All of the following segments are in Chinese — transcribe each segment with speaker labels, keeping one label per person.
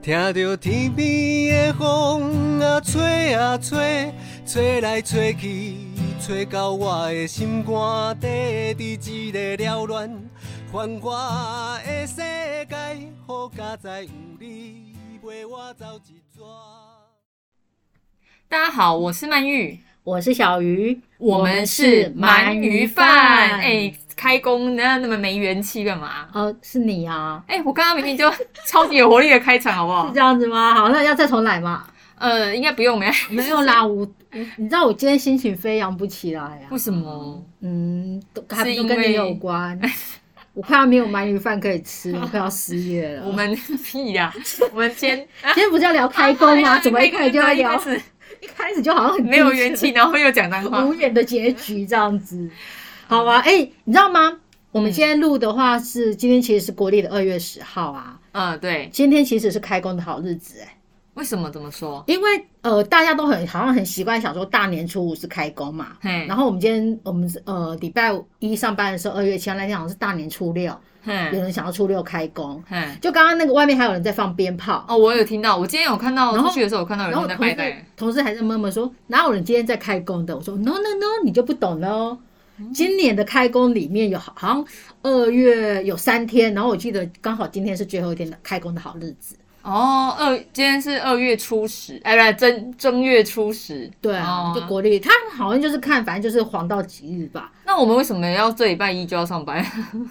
Speaker 1: 听着天边的风啊吹啊吹，吹来吹去，吹到我的心肝底，伫一个缭乱繁华的世界，好佳哉有你陪我走一逝。
Speaker 2: 大家好，我是曼玉，
Speaker 3: 我是小鱼，
Speaker 2: 我们是鳗鱼饭。哎、开工那那么没元气干嘛？
Speaker 3: 哦，是你啊，
Speaker 2: 哎、我刚刚明明就 超级有活力的开场，好不
Speaker 3: 是
Speaker 2: 好？
Speaker 3: 这样子吗？好，那要再重来嘛？
Speaker 2: 呃，应该不用没？
Speaker 3: 没有啦，我我你知道我今天心情飞扬不起来呀、啊。
Speaker 2: 为什么？
Speaker 3: 嗯，都
Speaker 2: 是
Speaker 3: 还不
Speaker 2: 因
Speaker 3: 是
Speaker 2: 为
Speaker 3: 跟你有 关。我快要没有鳗鱼饭可以吃，我快要失业了。
Speaker 2: 我们屁呀！我们 先
Speaker 3: 今天不是要聊开 工吗？哦怎么一开始就要聊
Speaker 2: 一？开始
Speaker 3: 一开始就好像 很
Speaker 2: 没有
Speaker 3: 低沉
Speaker 2: 元气，然后又讲脏 话
Speaker 3: 无？缘的结局这样子， 好吧？哎、你知道吗？我
Speaker 2: 嗯
Speaker 3: 们今天录的话是、今天，其实是国历的二月十号啊。
Speaker 2: 嗯、对。
Speaker 3: 今天其实是开工的好日子、哎，
Speaker 2: 为什么这么说？
Speaker 3: 因为呃，大家都很好像很习惯想说大年初五是开工嘛。
Speaker 2: 嘿，
Speaker 3: 然后我们今天我们呃礼拜一上班的时候，二月七号那天好像是大年初六，有
Speaker 2: 嘿，
Speaker 3: 人想要初六开工。
Speaker 2: 嘿，
Speaker 3: 就刚刚那个外面还有人在放鞭炮，
Speaker 2: 哦，我有听到，我今天有看到
Speaker 3: 然后
Speaker 2: 出去的时候，有看到有
Speaker 3: 然后
Speaker 2: 人在
Speaker 3: 同
Speaker 2: 哦拜
Speaker 3: 事
Speaker 2: 拜。
Speaker 3: 同事还在闷闷说，哪有人今天在开工的？我说 no no
Speaker 2: 嗯
Speaker 3: no，你就不懂了哦。今年的开工里面有好好像二月有三天，然后我记得刚好今天是最后一天的开工的好日子。
Speaker 2: 哦，二今天是二月初十，哎，不是正正月初十。
Speaker 3: 对啊，
Speaker 2: 哦
Speaker 3: 就国历，他好像就是看，反正就是黄道吉日 吧。
Speaker 2: 那我们为什么要这礼拜一就要上班？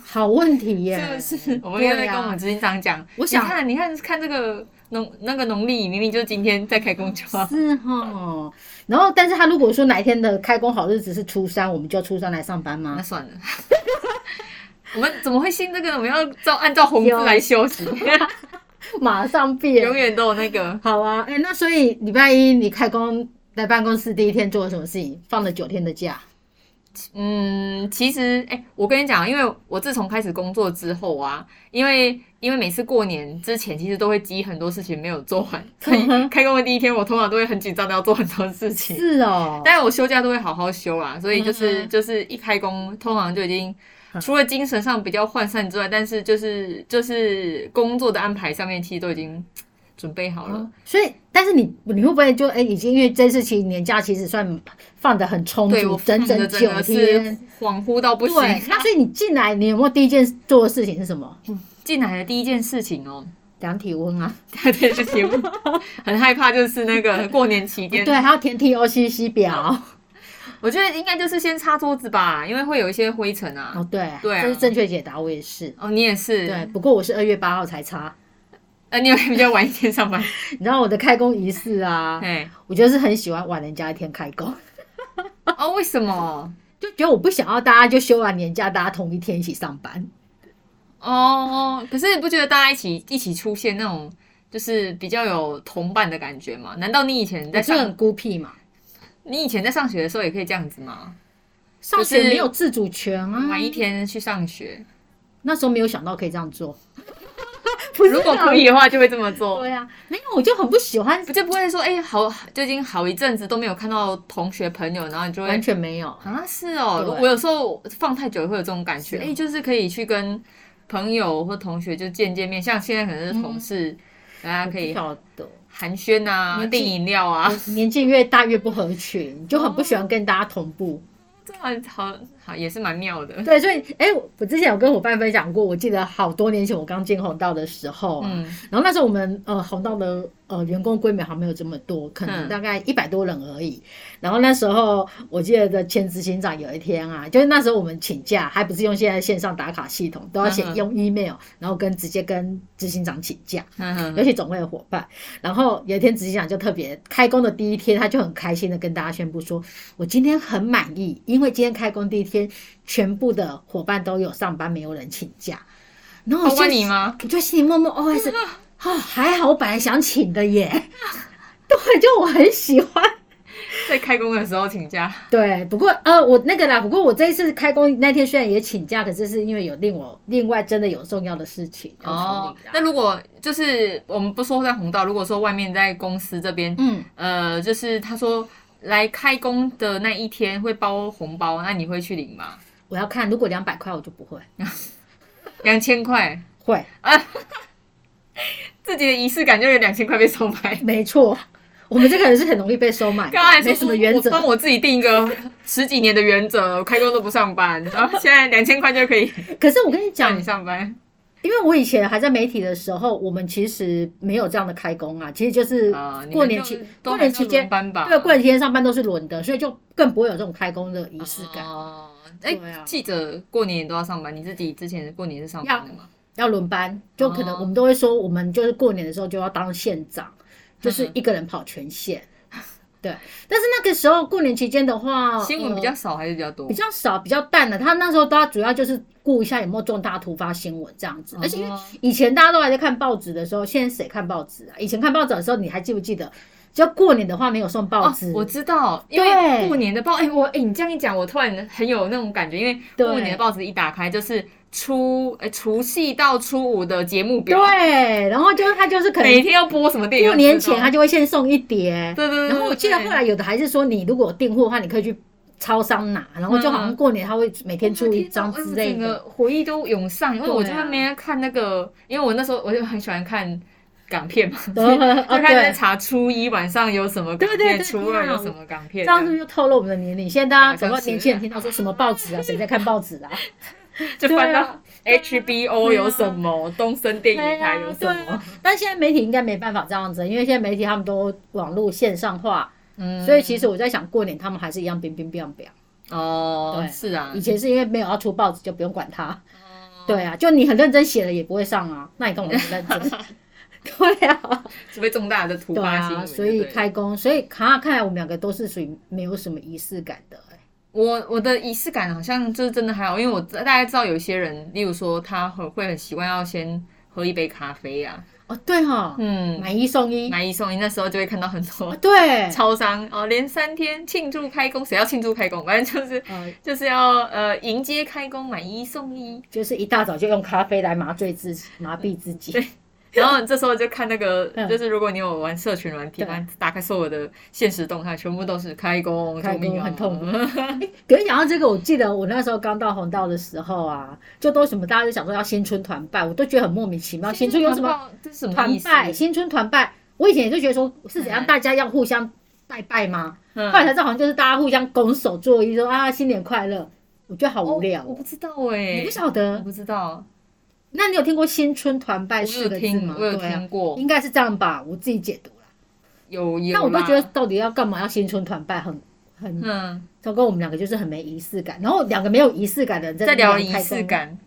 Speaker 3: 好问题耶，
Speaker 2: 是不是？我们
Speaker 3: 对
Speaker 2: 又
Speaker 3: 啊
Speaker 2: 在跟我们执行长讲，
Speaker 3: 我想
Speaker 2: 你看，你看，看这个农那个农历，明明就是今天在开工就好。
Speaker 3: 是哈。然后，但是他如果说哪一天的开工好日子是初三，我们就初三来上班
Speaker 2: 那
Speaker 3: 吗？
Speaker 2: 算了， 我们怎么会信这个呢？我们要照按照红字来休息，
Speaker 3: 马上变，
Speaker 2: 嗯永远都有那个。
Speaker 3: 好啊，哎、那所以礼拜一你开工来办公室第一天做了什么事情？放了九天的假，
Speaker 2: 嗯，其实，哎、我跟你讲，因为我自从开始工作之后啊，因为因为每次过年之前，其实都会积很多事情没有做完，所
Speaker 3: 嗯
Speaker 2: 以开工的第一天，我通常都会很紧张的要做很多事情。
Speaker 3: 是哦，
Speaker 2: 但我休假都会好好休啦，所以就是、
Speaker 3: 嗯哼
Speaker 2: 就是一开工，通常就已经
Speaker 3: 嗯
Speaker 2: 除了精神上比较涣散之外，但是就是就是工作的安排上面，其实都已经准备好了。
Speaker 3: 哦所以但是你你会不会就哎、已经因为这次其实年假其实算放的很充
Speaker 2: 对
Speaker 3: 足
Speaker 2: 我，
Speaker 3: 哦整
Speaker 2: 整
Speaker 3: 整
Speaker 2: 的
Speaker 3: 九
Speaker 2: 真的是
Speaker 3: 天。
Speaker 2: 恍惚到不行。
Speaker 3: 对，那所以你进来，你有没有第一件做的事情是什么？
Speaker 2: 进来的第一件事情哦，
Speaker 3: 量体温啊，
Speaker 2: 对，就题目很害怕，就是那个过年期间，
Speaker 3: 对，还要填 TOCC 表。
Speaker 2: 我觉得应该就是先擦桌子吧，因为会有一些灰尘啊。
Speaker 3: 哦，对，
Speaker 2: 对啊
Speaker 3: 这是正确解答，我也是。
Speaker 2: 哦，你也是，
Speaker 3: 对，，不过我是二月八号才擦，
Speaker 2: 呃，你有比较晚一天上班，
Speaker 3: 你知道我的开工仪式啊，
Speaker 2: 哎，
Speaker 3: 我就是很喜欢晚人家一天开工。
Speaker 2: 哦，为什么？
Speaker 3: 就觉得我不想要大家就休完年假，大家同一天一起上班。
Speaker 2: 哦，可是你不觉得大家一起一起出现那种就是比较有同伴的感觉吗？难道你以前在
Speaker 3: 我就
Speaker 2: 上
Speaker 3: 很孤僻嘛，
Speaker 2: 你以前在上学的时候也可以这样子吗？
Speaker 3: 上学没有自主权啊。
Speaker 2: 晚一天去上学，
Speaker 3: 那时候没有想到可以这样 做。啊
Speaker 2: 如果可以的话就会这么做。
Speaker 3: 对啊，没有，我就很不喜欢，
Speaker 2: 不就不会说，哎、好，就已经好一阵子都没有看到同学朋友，然后你就会
Speaker 3: 完全没有。
Speaker 2: 啊，是哦，
Speaker 3: 对
Speaker 2: 我有时候放太久也会有这种感觉，
Speaker 3: 是
Speaker 2: 哎、
Speaker 3: 哦
Speaker 2: 就是可以去跟朋友或同学就见见面，像现在可能是同事，
Speaker 3: 嗯
Speaker 2: 大家可以
Speaker 3: 晓得，
Speaker 2: 寒暄啊，
Speaker 3: 年纪
Speaker 2: 订饮料啊，
Speaker 3: 年纪越大越不合群，就很不喜欢跟大家同步。
Speaker 2: 这样啊好好也是蛮妙的。
Speaker 3: 对，所以，哎、我之前有跟伙伴分享过，我记得好多年前我刚进红道的时候啊，
Speaker 2: 嗯，
Speaker 3: 然后那时候我们呃红道的呃员工规模还没有这么多，可能
Speaker 2: 嗯
Speaker 3: 大概一百多人而已。然后那时候我记得的前执行长有一天啊，就是那时候我们请假，还不是用现在线上打卡系统，都要写
Speaker 2: 嗯哼
Speaker 3: 用 email，、然后跟直接跟执行长请假，
Speaker 2: 嗯嗯
Speaker 3: 尤其总会的伙伴。然后有一天执行长就特别开工的第一天，他就很开心的跟大家宣布说，我今天很满意，因为今天开工第一天，全部的伙伴都有上班，没有人请假。然后我
Speaker 2: 包
Speaker 3: 就
Speaker 2: 括哦你吗？啊
Speaker 3: 我就心里默默 OS：哦，还好我本来想请的耶。 对，就我很喜欢。
Speaker 2: 在开工的时候请假，
Speaker 3: 对，不过呃，我那个啦，不过我这一次开工那天虽然也请假，可是是因为有令我另外真的有重要的事情要处
Speaker 2: 哦
Speaker 3: 理，
Speaker 2: 那
Speaker 3: 啦。
Speaker 2: 如果就是我们不说在红道，如果说外面在公司这边，
Speaker 3: 嗯，
Speaker 2: 呃，就是他说来开工的那一天会包红包，那你会去领吗？
Speaker 3: 我要看，如果两百块我就不会，
Speaker 2: 两千块，
Speaker 3: 会
Speaker 2: 自自己的仪式感就有两千块被收 买。
Speaker 3: 没错，我们这个人是很容易被收买的
Speaker 2: 刚才，说
Speaker 3: 没什么原
Speaker 2: 我帮
Speaker 3: 则。
Speaker 2: 我自己定一个十几年的原则，开工都不上班，然后现在两千块就可以
Speaker 3: 可是我跟你
Speaker 2: 让
Speaker 3: 讲
Speaker 2: 你，上班。
Speaker 3: 因为我以前还在媒体的时候，我们其实没有这样的开工啊，其实就是
Speaker 2: 啊，你们
Speaker 3: 过年
Speaker 2: 就
Speaker 3: 期、
Speaker 2: 都
Speaker 3: 过
Speaker 2: 还
Speaker 3: 年
Speaker 2: 是
Speaker 3: 期间
Speaker 2: 轮，班吧，
Speaker 3: 对，过年期间上班都是轮的，所以就更不会有这种开工的仪式感，
Speaker 2: 哦，哎、
Speaker 3: 对啊
Speaker 2: 记者过年也都要上班，你自己之前过年是上班的吗？
Speaker 3: 要轮班，就可能
Speaker 2: 哦
Speaker 3: 我们都会说，我们就是过年的时候就要当县长，
Speaker 2: 嗯
Speaker 3: 就是一个人跑全县。对，但是那个时候过年期间的话，
Speaker 2: 新闻
Speaker 3: 呃
Speaker 2: 比较少还是比较多？
Speaker 3: 比较少，比较淡的。他那时候都要主要就是顾一下有没有重大突发新闻这样子，而且因为
Speaker 2: 哦
Speaker 3: 以前大家都还在看报纸的时候，现在谁看报纸啊？以前看报纸的时候，你还记不记得？只要过年的话没有送报
Speaker 2: 哦
Speaker 3: 纸，，
Speaker 2: 我知道，因
Speaker 3: 对
Speaker 2: 为过年的报，哎、我哎、你这样一讲，我突然很有那种感觉，因为
Speaker 3: 对
Speaker 2: 过年的报纸一打开就是初哎、除夕到初五的节目表，
Speaker 3: 对，然后就是他就是可
Speaker 2: 每
Speaker 3: 能
Speaker 2: 天要播什么电影？
Speaker 3: 过年前他
Speaker 2: 他
Speaker 3: 就会先送一碟，
Speaker 2: 对对对，
Speaker 3: 然后我记得
Speaker 2: 对
Speaker 3: 后来有的还是说，你如果有订货的话，你可以去超商拿，然后就
Speaker 2: 嗯
Speaker 3: 好像过年他会每天出一张之类
Speaker 2: 哎我整
Speaker 3: 的。
Speaker 2: 个回忆都涌上，因为我
Speaker 3: 对
Speaker 2: 在
Speaker 3: 啊
Speaker 2: 那边看那个，因为我那时候我就很喜欢看港片嘛，
Speaker 3: 对
Speaker 2: 所以就
Speaker 3: 啊
Speaker 2: 开始
Speaker 3: 对
Speaker 2: 在查初一晚上有什么港
Speaker 3: 对对
Speaker 2: 片，
Speaker 3: 对
Speaker 2: 初
Speaker 3: 天啊
Speaker 2: 二有什么港
Speaker 3: 这
Speaker 2: 片，
Speaker 3: 样是不是就透露我们的年龄？现在大家
Speaker 2: 好
Speaker 3: 搞
Speaker 2: 像
Speaker 3: 不好
Speaker 2: 是
Speaker 3: 年轻人听到说什么报纸啊，谁在看报纸啊？
Speaker 2: 就翻到
Speaker 3: 对啊
Speaker 2: HBO 有什么，东森电
Speaker 3: 对
Speaker 2: 影台有
Speaker 3: 啊，
Speaker 2: 什
Speaker 3: 对
Speaker 2: 么
Speaker 3: 啊，。但现在媒体应该没办法这样子，因为现在媒体他们都网络线上化，
Speaker 2: 嗯
Speaker 3: 所以其实我在想，过年他们还是一样冰冰冰冰。
Speaker 2: 哦
Speaker 3: 对，
Speaker 2: 是啊哦
Speaker 3: 以，前是因为没有要出报纸，就不用管它。对啊，就你很认真写了也不会上啊，那你干嘛不认真？ 对啊，
Speaker 2: 除非重大的突
Speaker 3: 对
Speaker 2: 发新
Speaker 3: 啊，
Speaker 2: 闻，
Speaker 3: 所以
Speaker 2: 对
Speaker 3: 开工，所以卡看来我们两个都是属于没有什么仪式感的、欸。
Speaker 2: 我我的仪式感好像就是真的还好，因为我大概知道有一些人，例如说他很会很习惯要先喝一杯咖啡啊，
Speaker 3: 哦，对哈、
Speaker 2: 嗯，
Speaker 3: 买一送一，
Speaker 2: 买一送一，那时候就会看到很多
Speaker 3: 哦对，
Speaker 2: 超商哦，连三天庆祝开工，谁要庆祝开工？反正就是
Speaker 3: 呃，
Speaker 2: 就是要呃迎接开工，买一送一。
Speaker 3: 就是一大早就用咖啡来麻醉自己，麻痹自 己。
Speaker 2: 然后这时候就看那个
Speaker 3: 嗯，
Speaker 2: 就是如果你有玩社群软体，
Speaker 3: 对
Speaker 2: 反正打开所有的现实动态，全部都是开工，
Speaker 3: 开工
Speaker 2: 救命啊
Speaker 3: 很痛苦可是讲到这个，我记得我那时候刚到红道的时候啊，就都什么大家就想说要新春团拜，我都觉得很莫名其妙。新春有什么
Speaker 2: 这是什么
Speaker 3: 团
Speaker 2: 意思？
Speaker 3: 拜？新春团拜，我以前也就觉得说是怎样，
Speaker 2: 嗯
Speaker 3: 大家要互相拜拜吗？
Speaker 2: 嗯
Speaker 3: 后来才知道好像就是大家互相拱手作揖，说啊新年快乐。我觉得好无聊
Speaker 2: 我
Speaker 3: 哦，
Speaker 2: 不知道哎，
Speaker 3: 你不晓
Speaker 2: 我
Speaker 3: 得？
Speaker 2: 不知道，
Speaker 3: 那你有听过新春团
Speaker 2: 我
Speaker 3: 拜四
Speaker 2: 有
Speaker 3: 个字
Speaker 2: 听
Speaker 3: 吗，？
Speaker 2: 我有
Speaker 3: 对啊
Speaker 2: 听，过，
Speaker 3: 应该是这样吧，我自己解读啦。
Speaker 2: 有有啦。
Speaker 3: 但我都觉得到底要干嘛要新春团拜，很很
Speaker 2: 嗯，
Speaker 3: 糟糕。我们两个就是很没仪式感，然后两个没有仪式感的人在
Speaker 2: 在
Speaker 3: 那边
Speaker 2: 聊仪
Speaker 3: 开
Speaker 2: 式
Speaker 3: 工
Speaker 2: 感，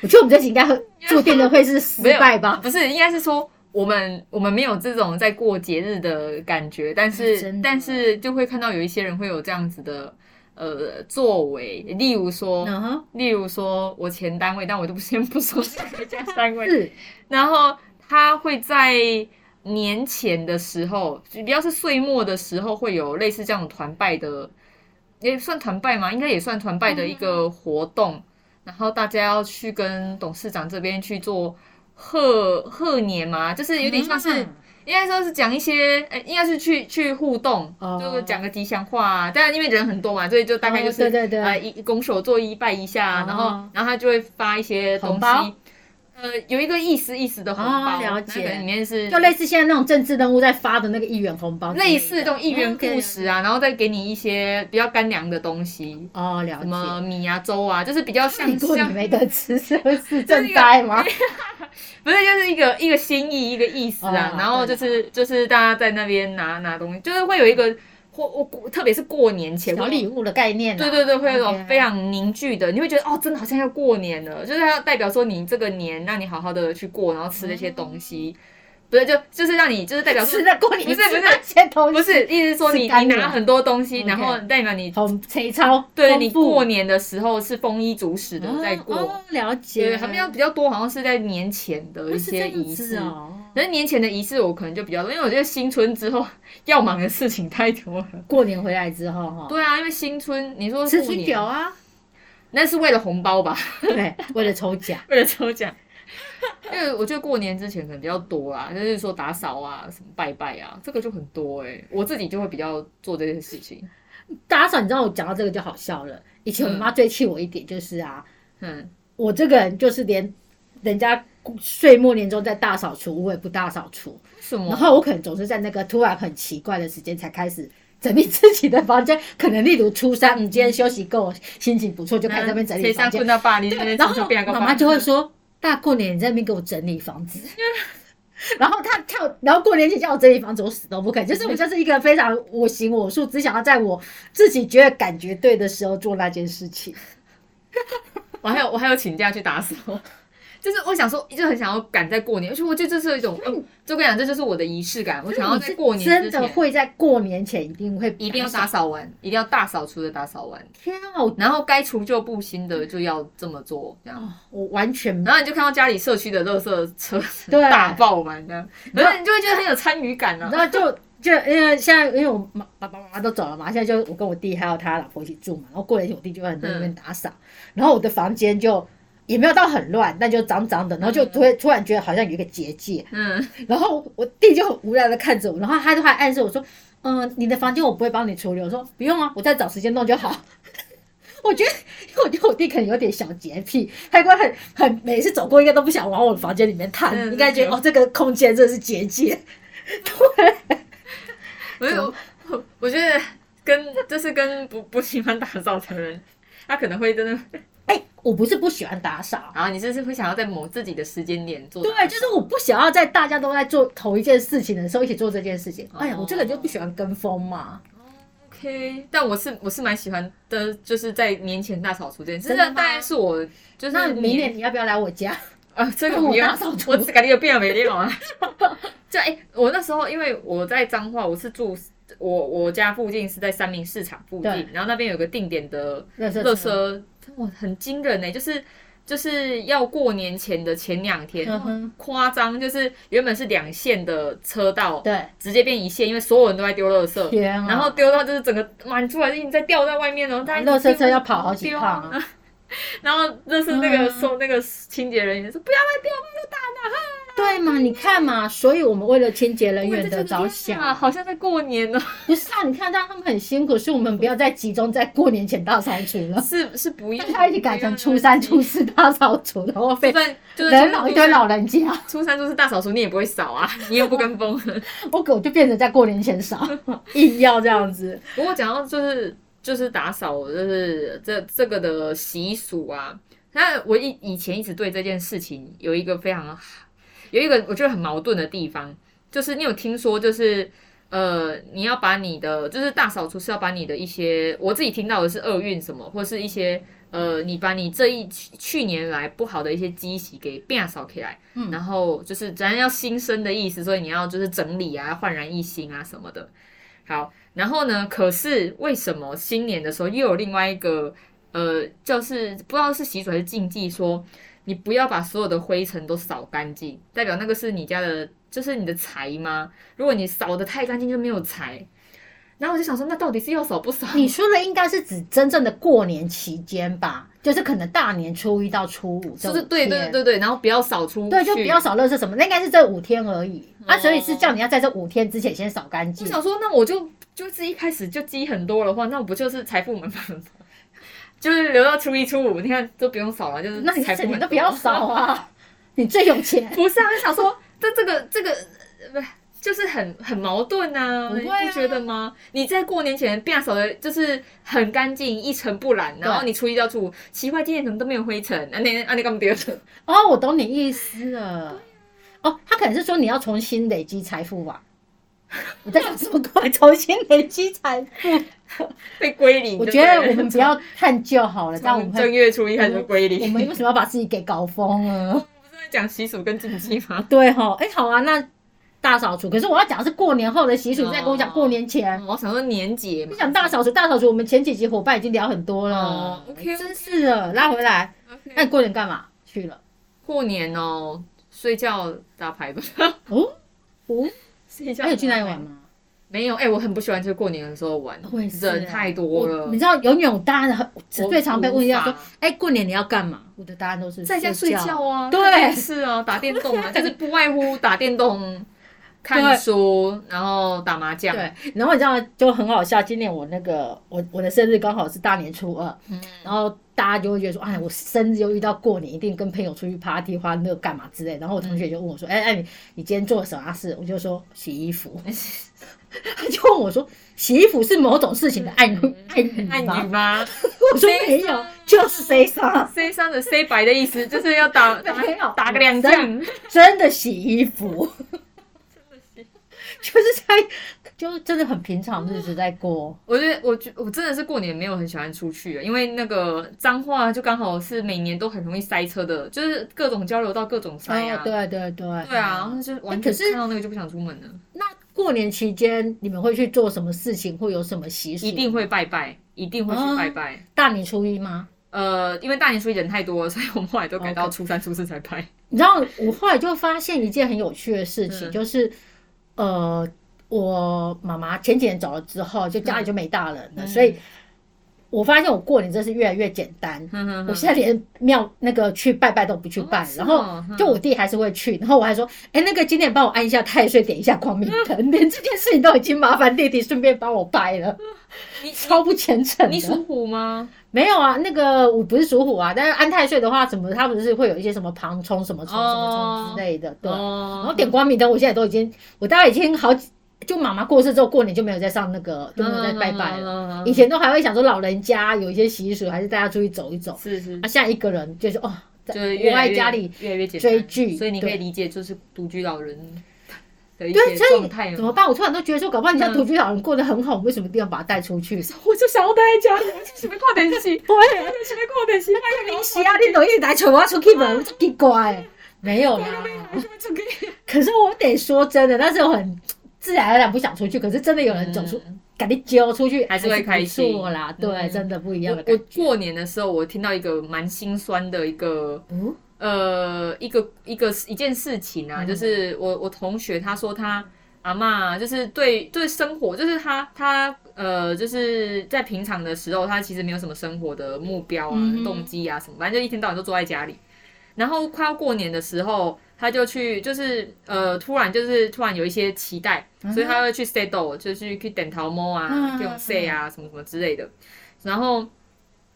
Speaker 3: 我觉得我们这集应该 会注定的会是失
Speaker 2: 没有
Speaker 3: 败吧？
Speaker 2: 不是，应该是说我们我们没有这种在过节日的感觉，但是
Speaker 3: 哎真的
Speaker 2: 但是就会看到有一些人会有这样子的呃作为，例如说。
Speaker 3: 嗯哼，
Speaker 2: 例如说，我前单位，但我就不先不说是 哪一家单位。
Speaker 3: 是
Speaker 2: 然后他会在年前的时候，比较是岁末的时候，会有类似这样团拜的，也算团拜吗？应该也算团拜
Speaker 3: 嗯
Speaker 2: 的一个活动。然后大家要去跟董事长这边去做贺贺年嘛，就是有点像是。
Speaker 3: 嗯
Speaker 2: 应该说是讲一些，呃、应该是去去互动，
Speaker 3: 哦
Speaker 2: 就是讲个吉祥话、啊。但因为人很多嘛，所以就大概就是、
Speaker 3: 哦对对对
Speaker 2: 呃，一拱手作揖拜一下，
Speaker 3: 哦
Speaker 2: 然后然后他就会发一些东
Speaker 3: 红
Speaker 2: 西
Speaker 3: 包，
Speaker 2: 呃，有一个意思意思的红包，
Speaker 3: 哦了
Speaker 2: 那
Speaker 3: 解
Speaker 2: 个里面是
Speaker 3: 就类似现在那种政治人物在发的那个一元红包之类的，
Speaker 2: 类似这种一元故事啊，然后再给你一些比较干粮的东西，
Speaker 3: 哦，了
Speaker 2: 什
Speaker 3: 解。
Speaker 2: 么米啊粥啊，就是比较像
Speaker 3: 你过年
Speaker 2: 像
Speaker 3: 没得吃，是不是正灾吗？
Speaker 2: 不是，就是一个一个心意，一个意思啊。
Speaker 3: 哦
Speaker 2: 然后就是就是大家在那边拿拿东西，就是会有一个或我特别是过年前
Speaker 3: 小
Speaker 2: 会
Speaker 3: 礼物的概念、啊，
Speaker 2: 对对对，会有一种
Speaker 3: OK
Speaker 2: 非常凝聚的，你会觉得哦，真的好像要过年了，就是它要代表说你这个年让你好好的去过，然后吃那些东西，不是就就是让你就是代表说
Speaker 3: 嗯吃的过年
Speaker 2: 不是不是
Speaker 3: 先头
Speaker 2: 不是意思是说
Speaker 3: 是
Speaker 2: 你
Speaker 3: 干
Speaker 2: 你拿
Speaker 3: 粮
Speaker 2: 很多东西，
Speaker 3: OK
Speaker 2: 然后代表你
Speaker 3: 红谁超
Speaker 2: 对
Speaker 3: 丰
Speaker 2: 你
Speaker 3: 富
Speaker 2: 过年的时候是丰衣足食的在
Speaker 3: 哦
Speaker 2: 过
Speaker 3: 哦，，了
Speaker 2: 对
Speaker 3: 解，
Speaker 2: 他们要比较多，好像是在年前的一
Speaker 3: 那哦是这
Speaker 2: 些
Speaker 3: 样
Speaker 2: 仪
Speaker 3: 子
Speaker 2: 式。
Speaker 3: 哦。
Speaker 2: 可是年前的仪式我可能就比较多，因为我觉得新春之后 要忙的事情太多了。
Speaker 3: 过年回来之后哈，
Speaker 2: 对啊，因为新春你说
Speaker 3: 吃
Speaker 2: 过
Speaker 3: 春
Speaker 2: 年
Speaker 3: 酒啊，
Speaker 2: 那是为了红包吧？
Speaker 3: 对，为了抽奖。
Speaker 2: 为了抽奖。因为我觉得过年之前可能比较多啦，就是说打扫啊、什么拜拜啊，这个就很多哎、我自己就会比较做这些事情。
Speaker 3: 打扫，你知道我讲到这个就好笑了。以前我妈最气我一点就是啊，
Speaker 2: 嗯，
Speaker 3: 我这个人就是连人家岁末年终在大扫除，我也不大扫除，
Speaker 2: 什么？
Speaker 3: 然后我可能总是在那个突然很奇怪的时间才开始整理自己的房间，可能例如初三，嗯，今天休息够，心情不错，就开始在那边整理
Speaker 2: 嗯谁
Speaker 3: 房
Speaker 2: 上
Speaker 3: 间
Speaker 2: 困。到 爸，你那边
Speaker 3: 然后
Speaker 2: 就变个
Speaker 3: 妈妈就会说：“大过年你在那边给我整理房 子。” 然后他跳，然后过年前叫我整理房子，我死都不肯。就是我就是一个非常我行我素，只想要在我自己觉得感觉对的时候做那件事情。
Speaker 2: 我还有我还有请假去打扫， 就是我想说，就很想要赶在过年，而且我觉得这是一种，嗯就跟你讲，这就是我的仪式感，我想要在过年
Speaker 3: 真
Speaker 2: 之
Speaker 3: 的
Speaker 2: 前
Speaker 3: 会在过年前一定会
Speaker 2: 一定要
Speaker 3: 打
Speaker 2: 打
Speaker 3: 扫。
Speaker 2: 扫完，一定要大扫除的打扫完，
Speaker 3: 天啊，我
Speaker 2: 然后该除旧布新的就要这么做，这样。
Speaker 3: 我完全没有
Speaker 2: 然后你就看到家里社区的垃圾车
Speaker 3: 对
Speaker 2: 大爆满这样，然后你就会觉得很有参与感啊。
Speaker 3: 然后就就因为现在因为我妈爸爸妈妈都走了嘛，现在就我跟我弟还有他老婆一起住嘛，然后过年前我弟就会很在
Speaker 2: 嗯
Speaker 3: 那边打扫，然后我的房间就也没有到很乱，但就脏脏的，然后就突然突然觉得好像有一个结界，
Speaker 2: 嗯，
Speaker 3: 然后我弟就很无聊的看着我，然后他就还暗示我说，嗯、你的房间我不会帮你处理，我说不用啊，我再找时间弄就好。 我觉得， 因为我觉得我弟可能有点小洁癖，他应该很很每次走过应该都不想往我房间里面探，
Speaker 2: 嗯
Speaker 3: 应该觉得
Speaker 2: 对
Speaker 3: 哦这个空间真的是结界。
Speaker 2: 嗯我就我我觉得跟这是跟不不喜欢打扫的人，他可能会真的
Speaker 3: 哎、我不是不喜欢打扫，
Speaker 2: 啊，你就是会想要在某自己的时间点做打扫。
Speaker 3: 对，就是我不想要在大家都在做同一件事情的时候一起做这件事情。
Speaker 2: 哦
Speaker 3: 哎呀，我这个人就不喜欢跟风嘛。
Speaker 2: OK，但我是我是蛮喜欢的，就是在年前大扫除这件事，这
Speaker 3: 真的吗
Speaker 2: 大概是我就是
Speaker 3: 那明年你要不要来我家？
Speaker 2: 啊，这个
Speaker 3: 跟我
Speaker 2: 不要
Speaker 3: 大扫除
Speaker 2: 我只感觉有变没料啊。 就哎、我那时候因为我在彰化，我是住我我家附近是在三明市场附
Speaker 3: 对
Speaker 2: 近，然后那边有个定点的
Speaker 3: 热车
Speaker 2: 垃圾，哇，很惊人呢、欸就是。就是要过年前的前两天
Speaker 3: 嗯哼，
Speaker 2: 夸张、就是原本是两线的车道，
Speaker 3: 对，
Speaker 2: 直接变一线，因为所有人都在丢垃圾，
Speaker 3: 天啊
Speaker 2: 然后丢到就是整个满出来，已经在掉在外面了，大家
Speaker 3: 垃圾车要跑好
Speaker 2: 好
Speaker 3: 几趟啊。
Speaker 2: 然后那是那个
Speaker 3: 嗯
Speaker 2: 收那个清洁人员说不要乱丢，
Speaker 3: 对嘛？你看嘛，所以我们为了清洁人
Speaker 2: 因为
Speaker 3: 员
Speaker 2: 这
Speaker 3: 的
Speaker 2: 就是
Speaker 3: 着
Speaker 2: 这样啊，
Speaker 3: 想，
Speaker 2: 好像在过年 呢，
Speaker 3: 不是啊？你看到他们很辛苦，是我们不要再集中在过年前大扫除 了，
Speaker 2: 是是不要
Speaker 3: 大家一起改成初三、初
Speaker 2: 四，
Speaker 3: 四大扫除的话，
Speaker 2: 就
Speaker 3: 费
Speaker 2: 算就是
Speaker 3: 人老一堆老人家，
Speaker 2: 初三就是大扫除，你也不会扫啊，你又不跟风。
Speaker 3: 我狗就变成在过年 前扫，硬要这样子。
Speaker 2: 不过讲到就是就是打扫，就是这这个的习俗啊，那我以以前一直对这件事情有一个非常有一个我觉得很矛盾的地方，就是你有听说就是。呃，你要把你的就是大扫除是要把你的一些，我自己听到的是厄运什么，或是一些呃，你把你这一去去年来不好的一些积习给变扫起来，
Speaker 3: 嗯
Speaker 2: 然后就是咱要新生的意思，所以你要就是整理啊，焕然一新啊什么的。好，然后呢？可是为什么新年的时候又有另外一个呃，就是不知道是习俗还是禁忌说，你不要把所有的灰尘都扫干净，代表那个是你家的，就是你的财吗？如果你扫的太干净，就没有财。然后我就想说，那到底是要扫不扫？
Speaker 3: 你说的应该是指真正的过年期间吧，就是可能大年初一到初五这
Speaker 2: 就
Speaker 3: 五天，
Speaker 2: 是对对对对，然后不要扫出去，
Speaker 3: 对，就不要。扫垃圾什么，那应该是这五天而已。
Speaker 2: 哦
Speaker 3: 啊，所以是叫你要在这五天之前先扫干
Speaker 2: 我
Speaker 3: 净。
Speaker 2: 想说，那我就就是一开始就积很多的话，那我不就是财富满满吗？ 就是留到初一初五，你看都不用扫了，就是
Speaker 3: 那你
Speaker 2: 财富
Speaker 3: 整
Speaker 2: 满满
Speaker 3: 年都不要扫。啊， 你最有钱。
Speaker 2: 不是啊，我想说，这这个这个呃不是。就是很很矛盾呐、
Speaker 3: 不
Speaker 2: 你
Speaker 3: 会啊
Speaker 2: 不觉得吗？你在过年前变扫的，就是很干净，一尘不染，然后你初一到初五，奇怪，今天怎么都没有灰尘？啊，那啊，那干嘛丢？
Speaker 3: 哦，我懂你意思了。哦，他可能是说你要重新累积财富吧。 我在想什么鬼？ 重新累积财富？
Speaker 2: 被归零。
Speaker 3: 我
Speaker 2: 对
Speaker 3: 觉
Speaker 2: 不对
Speaker 3: 得我们不要探究好 了，但我们
Speaker 2: 从正
Speaker 3: 会，
Speaker 2: 月初一开始归零。
Speaker 3: 我们为什么要把自己给搞疯了？
Speaker 2: 不是在讲习俗跟禁忌吗？
Speaker 3: 对哈、哎、好啊，那大扫除。可是我要讲的是过年后的习俗，你再跟我讲过年前。
Speaker 2: 我想说年节
Speaker 3: 你
Speaker 2: 嘛。
Speaker 3: 讲大扫除，大扫除，我们前几集伙伴已经聊很多了。
Speaker 2: 哦，OK，OK
Speaker 3: 真是的，拉回来。那你过年干嘛去了？
Speaker 2: 过年哦，睡觉打牌吧。
Speaker 3: 哦哦，
Speaker 2: 睡觉。
Speaker 3: 还有去哪里玩？吗？
Speaker 2: 没有，哎、我很不喜欢就是过年的时候玩，
Speaker 3: 我也是啊
Speaker 2: 人太多了
Speaker 3: 欸我你。知道有扭搭的，我最常被问到说
Speaker 2: 无法：“
Speaker 3: 哎、过年你要干嘛？”我的答案都是
Speaker 2: 在家睡觉。啊，
Speaker 3: 对
Speaker 2: 看电视啊，打电动啊，就是不外乎打电动，看书，然后打麻将。嗯
Speaker 3: 对，然后你知道就很好笑。今年我那个我我的生日刚好是大年初二，
Speaker 2: 嗯
Speaker 3: 然后大家就会觉得说，哎，我生日又遇到过年，一定跟朋友出去 party 欢乐干嘛之类。然后我同学就问我说，
Speaker 2: 嗯
Speaker 3: 哎哎，你你今天做了什么啊事？我就说洗 衣服。他就问我说，洗衣服是某种事情的暗语暗语
Speaker 2: 嗯爱你
Speaker 3: 吗？
Speaker 2: 吗
Speaker 3: 我说没有，就是谁杀。
Speaker 2: ？C 三的 C 白的意思就是要打打
Speaker 3: 没有
Speaker 2: 打个两仗。
Speaker 3: 真的洗 衣服，就是在就真的很平常日子在过。
Speaker 2: 我觉得，我觉我真的是过年没有很喜欢出去，欸因为那个彰化就刚好是每年都很容易塞车的，就是各种交流道各种塞啊。
Speaker 3: 哦对对对，
Speaker 2: 对啊，然后就完
Speaker 3: 可
Speaker 2: 全
Speaker 3: 是
Speaker 2: 看到那个就不想出门了。
Speaker 3: 那过年期间你们会去做什么事情？会有什么习俗？
Speaker 2: 一定会拜拜，一定会去拜
Speaker 3: 哦
Speaker 2: 拜。
Speaker 3: 大年初一吗？
Speaker 2: 呃，因为大年初一人太多了，所以我们后来都改到
Speaker 3: 哦 OK
Speaker 2: 初三、初四才拜。
Speaker 3: 你知道，我后来就发现一件很有趣的事情，
Speaker 2: 嗯
Speaker 3: 就是呃，我妈妈前几年走了之后，就家里就没大人
Speaker 2: 嗯
Speaker 3: 了，所以我发现我过年真是越来越简单。
Speaker 2: 哼哼哼
Speaker 3: 我现在连庙那个去拜拜都不去
Speaker 2: 嗯
Speaker 3: 拜，
Speaker 2: 哦是
Speaker 3: 然
Speaker 2: 哦
Speaker 3: 后就我弟还是会去，然后我还说，哎、那个今天帮我按一下太岁，点一下光明灯， 连这件事情都已经麻烦弟弟顺便帮我拜了，
Speaker 2: 你
Speaker 3: 超不虔诚
Speaker 2: 嗯你
Speaker 3: 的。
Speaker 2: 属虎吗？
Speaker 3: 没有啊，那个我不是属虎啊，但是安太岁的话，怎么他不是会有一些什么旁冲什么冲什么冲之类的，对。啊然后
Speaker 2: 哦，
Speaker 3: 点光明灯，我现在都已经，我大概已经好几，就妈妈过世之后，过年就没有再上那个，就没有再拜拜了。
Speaker 2: 了
Speaker 3: 以前都还会想说老人家有一些习俗，还是大家出去走一走。
Speaker 2: 是是
Speaker 3: 啊，，现在一个人就是哦，在
Speaker 2: 就是
Speaker 3: 我
Speaker 2: 越来
Speaker 3: 爱
Speaker 2: 越
Speaker 3: 家里，
Speaker 2: 越来越简单
Speaker 3: 追剧
Speaker 2: 所以你可以
Speaker 3: 对
Speaker 2: 理解就是独居老人的一
Speaker 3: 对，
Speaker 2: 些
Speaker 3: 所
Speaker 2: 状
Speaker 3: 以
Speaker 2: 态啊嗯
Speaker 3: 怎么
Speaker 2: 吗？
Speaker 3: 办？我突然都觉得说，搞不好你家独居老人过得很好，我为什么一定要把他带出去？
Speaker 2: 我就想要待在家里，我就准备跨点戏，
Speaker 3: 不会，
Speaker 2: 准备跨点 戏，那个
Speaker 3: 你是啊，你容易来找我 出去门，我就奇怪，没 有啦。
Speaker 2: 出去。
Speaker 3: 可是我得说真的，那时候很自然而然不想出去，可是真的有人走出，赶紧揪出去，
Speaker 2: 嗯还是会开
Speaker 3: 是不
Speaker 2: 心
Speaker 3: 错啦。对，
Speaker 2: 嗯
Speaker 3: 真的不一样的
Speaker 2: 我
Speaker 3: 感
Speaker 2: 我
Speaker 3: 觉。
Speaker 2: 过年的时候，我听到一个蛮心酸的一个
Speaker 3: 嗯，
Speaker 2: 呃一个一个一件事情啊，
Speaker 3: 嗯
Speaker 2: 就是我我同学他说他阿嬷就是对对生活，就是他他呃就是在平常的时候，他其实没有什么生活的目标啊、
Speaker 3: 嗯哼
Speaker 2: 动机啊什么，反正就一天到晚都坐在家里。然后快要过年的时候，他就去就是呃突然就是突然有一些期待，所以他会去 stay do，就是去点桃猫啊
Speaker 3: 嗯、
Speaker 2: 这种 say 啊什么什么之类的，然后。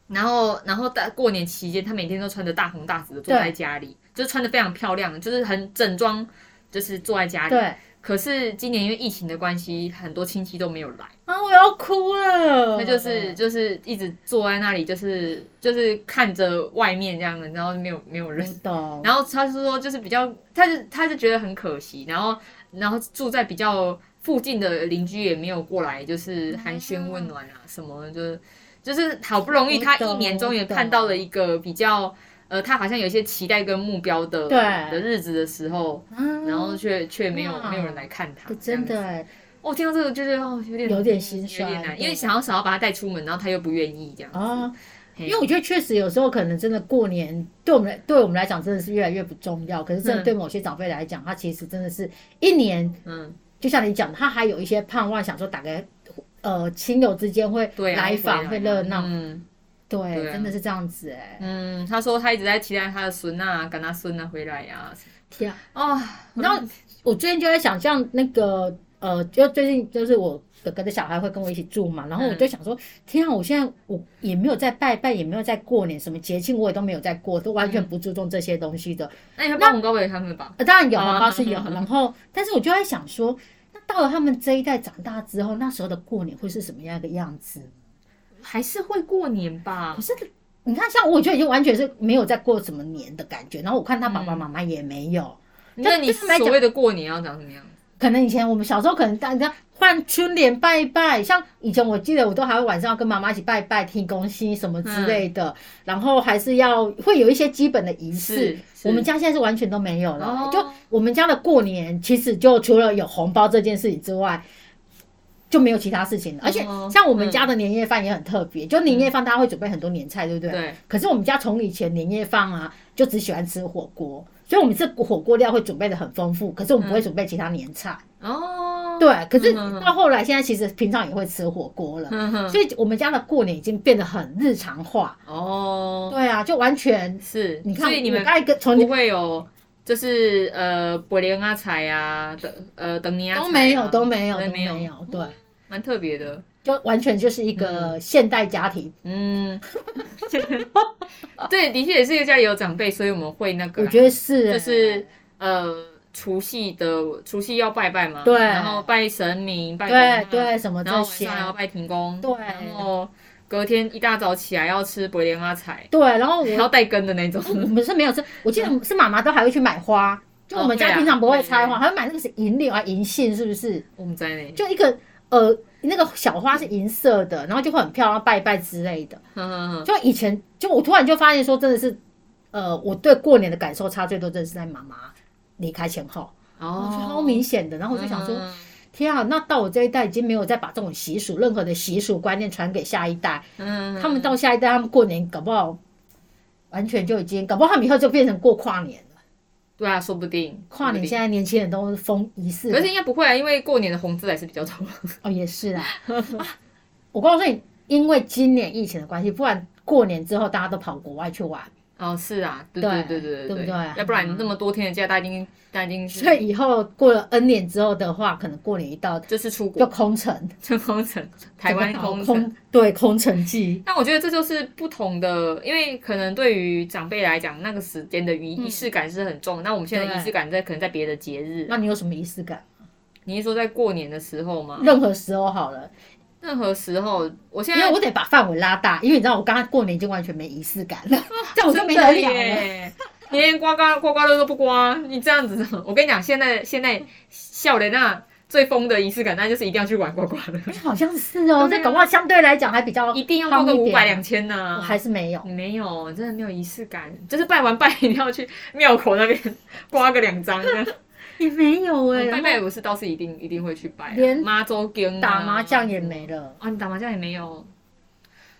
Speaker 2: 然后，然后大过年期间，他每天都穿着大红大紫的坐
Speaker 3: 对
Speaker 2: 在家里，就是穿的非常漂亮，就是很整装，就是坐在家里。
Speaker 3: 对
Speaker 2: 可是今年因为疫情的关系，很多亲戚都没有来，
Speaker 3: 啊，我要哭了。
Speaker 2: 那就是就是一直坐在那里，就是就是看着外面这样的，然后没有没有人
Speaker 3: 不。懂，
Speaker 2: 然后他是说，就是比较，他是他是觉得很可惜，然后然后住在比较附近的邻居也没有过来，就是寒暄问暖啊什么的，就是就是好不容易
Speaker 3: 我
Speaker 2: 他一
Speaker 3: 懂
Speaker 2: 年终于
Speaker 3: 我懂
Speaker 2: 看到了一个比较呃，他好像有一些期待跟目标的
Speaker 3: 对
Speaker 2: 的日子的时候，
Speaker 3: 嗯
Speaker 2: 然后却却没有
Speaker 3: 哇
Speaker 2: 没有人来看他，这样
Speaker 3: 真
Speaker 2: 子
Speaker 3: 的哎，
Speaker 2: 我、听到这个就是哦，有点
Speaker 3: 有点心
Speaker 2: 有
Speaker 3: 酸
Speaker 2: 点难，
Speaker 3: 对
Speaker 2: 因为想要想要把他带出门，然后他又不愿意这样子。
Speaker 3: 啊，
Speaker 2: 哦嘿
Speaker 3: 因为我觉得确实有时候可能真的过年对我们来对我们来讲真的是越来越不重要，可是真
Speaker 2: 嗯
Speaker 3: 的对某些长辈来讲，他其实真的是一年，
Speaker 2: 嗯，
Speaker 3: 就像你讲，他还有一些盼望，想说打个呃亲友之间会
Speaker 2: 对啊，
Speaker 3: 来
Speaker 2: 回
Speaker 3: 访
Speaker 2: 啊
Speaker 3: 会热闹，
Speaker 2: 嗯
Speaker 3: 对，
Speaker 2: 对啊
Speaker 3: 真的是这样子哎，
Speaker 2: 嗯，他说他一直在期待他的孙啊，赶他孙啊回来呀、
Speaker 3: 天啊，
Speaker 2: 哦，
Speaker 3: 你知道我最近就在想，像那个呃，就最近就是我哥哥的小孩会跟我一起住嘛，然后我
Speaker 2: 嗯
Speaker 3: 就想说，天啊，我现在我也没有在拜拜，也没有在过年，什么节庆我也都没有在过，都完
Speaker 2: 嗯
Speaker 3: 全不注重这些东西的。
Speaker 2: 那你会包红包给他们吧？
Speaker 3: 呃，当然有
Speaker 2: 啊
Speaker 3: 红包是有，
Speaker 2: 嗯嗯嗯
Speaker 3: 然后但是我就在想说，那到了他们这一代长大之后，那时候的过年会是什么样一个样子？
Speaker 2: 还是会过年吧
Speaker 3: 可？是你看，像我就已经完全是没有在过什么年的感觉，然后我看他爸爸
Speaker 2: 嗯
Speaker 3: 妈妈也没有。
Speaker 2: 那你
Speaker 3: 就是来讲
Speaker 2: 所谓的过年要长什么样？
Speaker 3: 可能以前我们小时候，可能大家换春联拜拜，像以前我记得我都还会晚上要跟妈妈一起拜拜、听公心什么
Speaker 2: 嗯
Speaker 3: 之类的，然后还是要会有一些基本的仪式
Speaker 2: 是。是
Speaker 3: 我们家现在是完全都没有了，
Speaker 2: 哦
Speaker 3: 就我们家的过年其实就除了有红包这件事情之外。就没有其他事情了，而且
Speaker 2: 哦
Speaker 3: 像我们家的年夜饭也很特别，就年夜饭大家会准备很多年菜，对不对？
Speaker 2: 对。
Speaker 3: 可是我们家从以前年夜饭啊，就只喜欢吃火锅，所以我们这火锅料会准备的很丰富，可是我们不会准备其他年菜。
Speaker 2: 哦，
Speaker 3: 对，可是
Speaker 2: 嗯嗯嗯嗯嗯
Speaker 3: 到后来，现在其实平常也会吃火锅了，
Speaker 2: 哼哼
Speaker 3: 所以我们家的过年已经变得很日常化。
Speaker 2: 哦，
Speaker 3: 对啊，就完全
Speaker 2: 是，
Speaker 3: 你看，
Speaker 2: 所以你
Speaker 3: 我
Speaker 2: 们
Speaker 3: 刚才跟从
Speaker 2: 不会有就是呃，柏林啊、彩啊、等呃等你啊，
Speaker 3: 都没有，都没有，
Speaker 2: 对
Speaker 3: 都
Speaker 2: 没有
Speaker 3: 没有，对，
Speaker 2: 蛮特别的。
Speaker 3: 就完全就是一个现代家庭。
Speaker 2: 嗯， 对，的确也是一个家里有长辈，所以我们会那个啊
Speaker 3: 我
Speaker 2: 啦，
Speaker 3: 觉得是，欸
Speaker 2: 就是呃除夕的除夕要拜拜嘛，
Speaker 3: 对
Speaker 2: 然后拜神明、拜
Speaker 3: 对
Speaker 2: 公妈
Speaker 3: 对，什么
Speaker 2: 然后
Speaker 3: 这
Speaker 2: 晚
Speaker 3: 些
Speaker 2: 上，还要拜停工，
Speaker 3: 对
Speaker 2: 然后隔天一大早起来要吃柏林阿彩，
Speaker 3: 对，然后
Speaker 2: 还
Speaker 3: 我
Speaker 2: 要带根的那种，
Speaker 3: 我们是没有吃，我记得是妈妈都还会去买花，就我们
Speaker 2: 哦对
Speaker 3: 家
Speaker 2: 啊
Speaker 3: 平常不会拆
Speaker 2: 对
Speaker 3: 花，还会买那个是银柳啊银杏，是不是？
Speaker 2: 我们在 那，
Speaker 3: 就一个呃那个小花是银色的，然后就会很漂亮，拜一拜之类的。
Speaker 2: 哼哼哼
Speaker 3: 就以前就我突然就发现说，真的是，呃，我对过年的感受差最多，真的是在妈妈离开前后，
Speaker 2: 哦
Speaker 3: 超明显的。然后我就想说，
Speaker 2: 嗯
Speaker 3: 天啊，那到我这一代已经没有再把这种习俗、任何的习俗观念传给下一代，
Speaker 2: 嗯
Speaker 3: 他们到下一代，他们过年搞不好完全就已经，搞不好他们以后就变成过跨年了。
Speaker 2: 对啊，说不定
Speaker 3: 跨年现
Speaker 2: 在。
Speaker 3: 在年轻人都疯仪式
Speaker 2: 可是应该不会啊，因为过年的红字还是比较多。
Speaker 3: 哦，也是啦。我告诉你，因为今年疫情的关系，不然过年之后大家都跑国外去玩，
Speaker 2: 哦，是啊，对
Speaker 3: 对
Speaker 2: 对对
Speaker 3: 对不
Speaker 2: 对
Speaker 3: 对
Speaker 2: 要不然那么多天的假，大家已经大家已经是
Speaker 3: 所以以后过了 N 年之后的话，可能过年一到
Speaker 2: 就是出
Speaker 3: 就
Speaker 2: 国
Speaker 3: 空城，
Speaker 2: 就空城，台湾
Speaker 3: 整个
Speaker 2: 空
Speaker 3: 空
Speaker 2: 城。
Speaker 3: 对空城计，
Speaker 2: 但我觉得这就是不同的，因为可能对于长辈来讲，那个时间的仪
Speaker 3: 嗯
Speaker 2: 仪式感是很重。那我们现在的
Speaker 3: 对
Speaker 2: 仪式感在可能在别的节日，
Speaker 3: 那你有什么仪式感？
Speaker 2: 你是说在过年的时候吗？
Speaker 3: 任何时候好了，
Speaker 2: 任何时候，我现
Speaker 3: 因为
Speaker 2: 在
Speaker 3: 我得把范围拉大，因为你知道我刚刚过年已经完全没仪式感了， 这样我就没得
Speaker 2: 哦真的
Speaker 3: 聊了。
Speaker 2: 耶。你连刮刮刮刮乐都不刮，你这样子，我跟你讲，现在现在笑莲娜最疯的仪式感，那就是一定要去玩刮刮乐，
Speaker 3: 好像是哦，
Speaker 2: 对啊
Speaker 3: 这搞不好相对来讲还比较
Speaker 2: 一定要刮个
Speaker 3: 胖一
Speaker 2: 五
Speaker 3: 点
Speaker 2: 百两千呐。
Speaker 3: 哦我还是没有。
Speaker 2: 你没有，真的没有仪式感，就是拜完拜一定要去庙口那边刮个两张这样。
Speaker 3: 也没有哎、
Speaker 2: 嗯哦拜
Speaker 3: 然
Speaker 2: 拜我是倒是一定一定会去拜啊，
Speaker 3: 连
Speaker 2: 妈祖经、
Speaker 3: 后打麻将也没了，
Speaker 2: 啊，你打麻将也没有。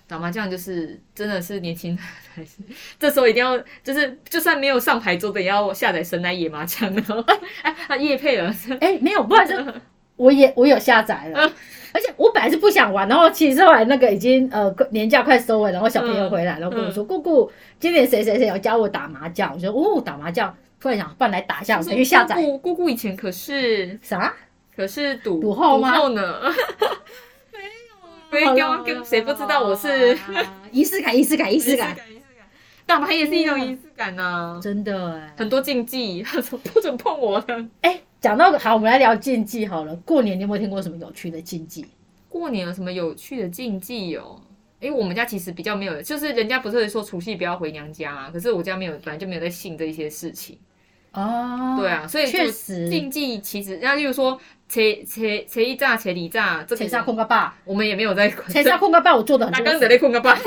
Speaker 2: 打麻将就是真的是年轻人才是，这时候一定要就是就算没有上牌桌的，也要下载神来野麻将，然后 哎啊叶配了，
Speaker 3: 哎、没有，不然就 我也我有下载
Speaker 2: 嗯
Speaker 3: 了，而且我本来是不想玩，然后其实后来那个已经呃年假快收尾，然后小朋友回来，然后跟我
Speaker 2: 嗯
Speaker 3: 说、姑姑，今年谁谁谁有教我打麻将，我说哦打麻将，突然想不然来打一下，我才去下载
Speaker 2: 姑姑姑姑以前可是
Speaker 3: 啥？
Speaker 2: 可是赌
Speaker 3: 赌后吗
Speaker 2: 呢？没有，没有跟谁不知道我是
Speaker 3: 仪式感，仪式感，仪式感，，嗯
Speaker 2: 仪式感打牌也是一种仪式感呐、
Speaker 3: 真的哎、
Speaker 2: 很多禁忌， 不准碰我的。
Speaker 3: 哎、讲到好，我们来聊禁忌好了。过年你有没有听过什么有趣的禁忌？
Speaker 2: 过年有什么有趣的禁忌哦？因为我们家其实比较没有，就是人家不是会说除夕不要回娘家嘛，可是我家没有，本来就没有在信这些事情。
Speaker 3: 哦
Speaker 2: 对啊，所以就
Speaker 3: 确实，
Speaker 2: 禁忌其实，那例如说切切切一炸切里炸，这
Speaker 3: 陈沙
Speaker 2: 个
Speaker 3: 空 个爸，
Speaker 2: 我们也没有在管。
Speaker 3: 陈沙空个爸，我做的很
Speaker 2: 那
Speaker 3: 多。
Speaker 2: 刚在那困个半。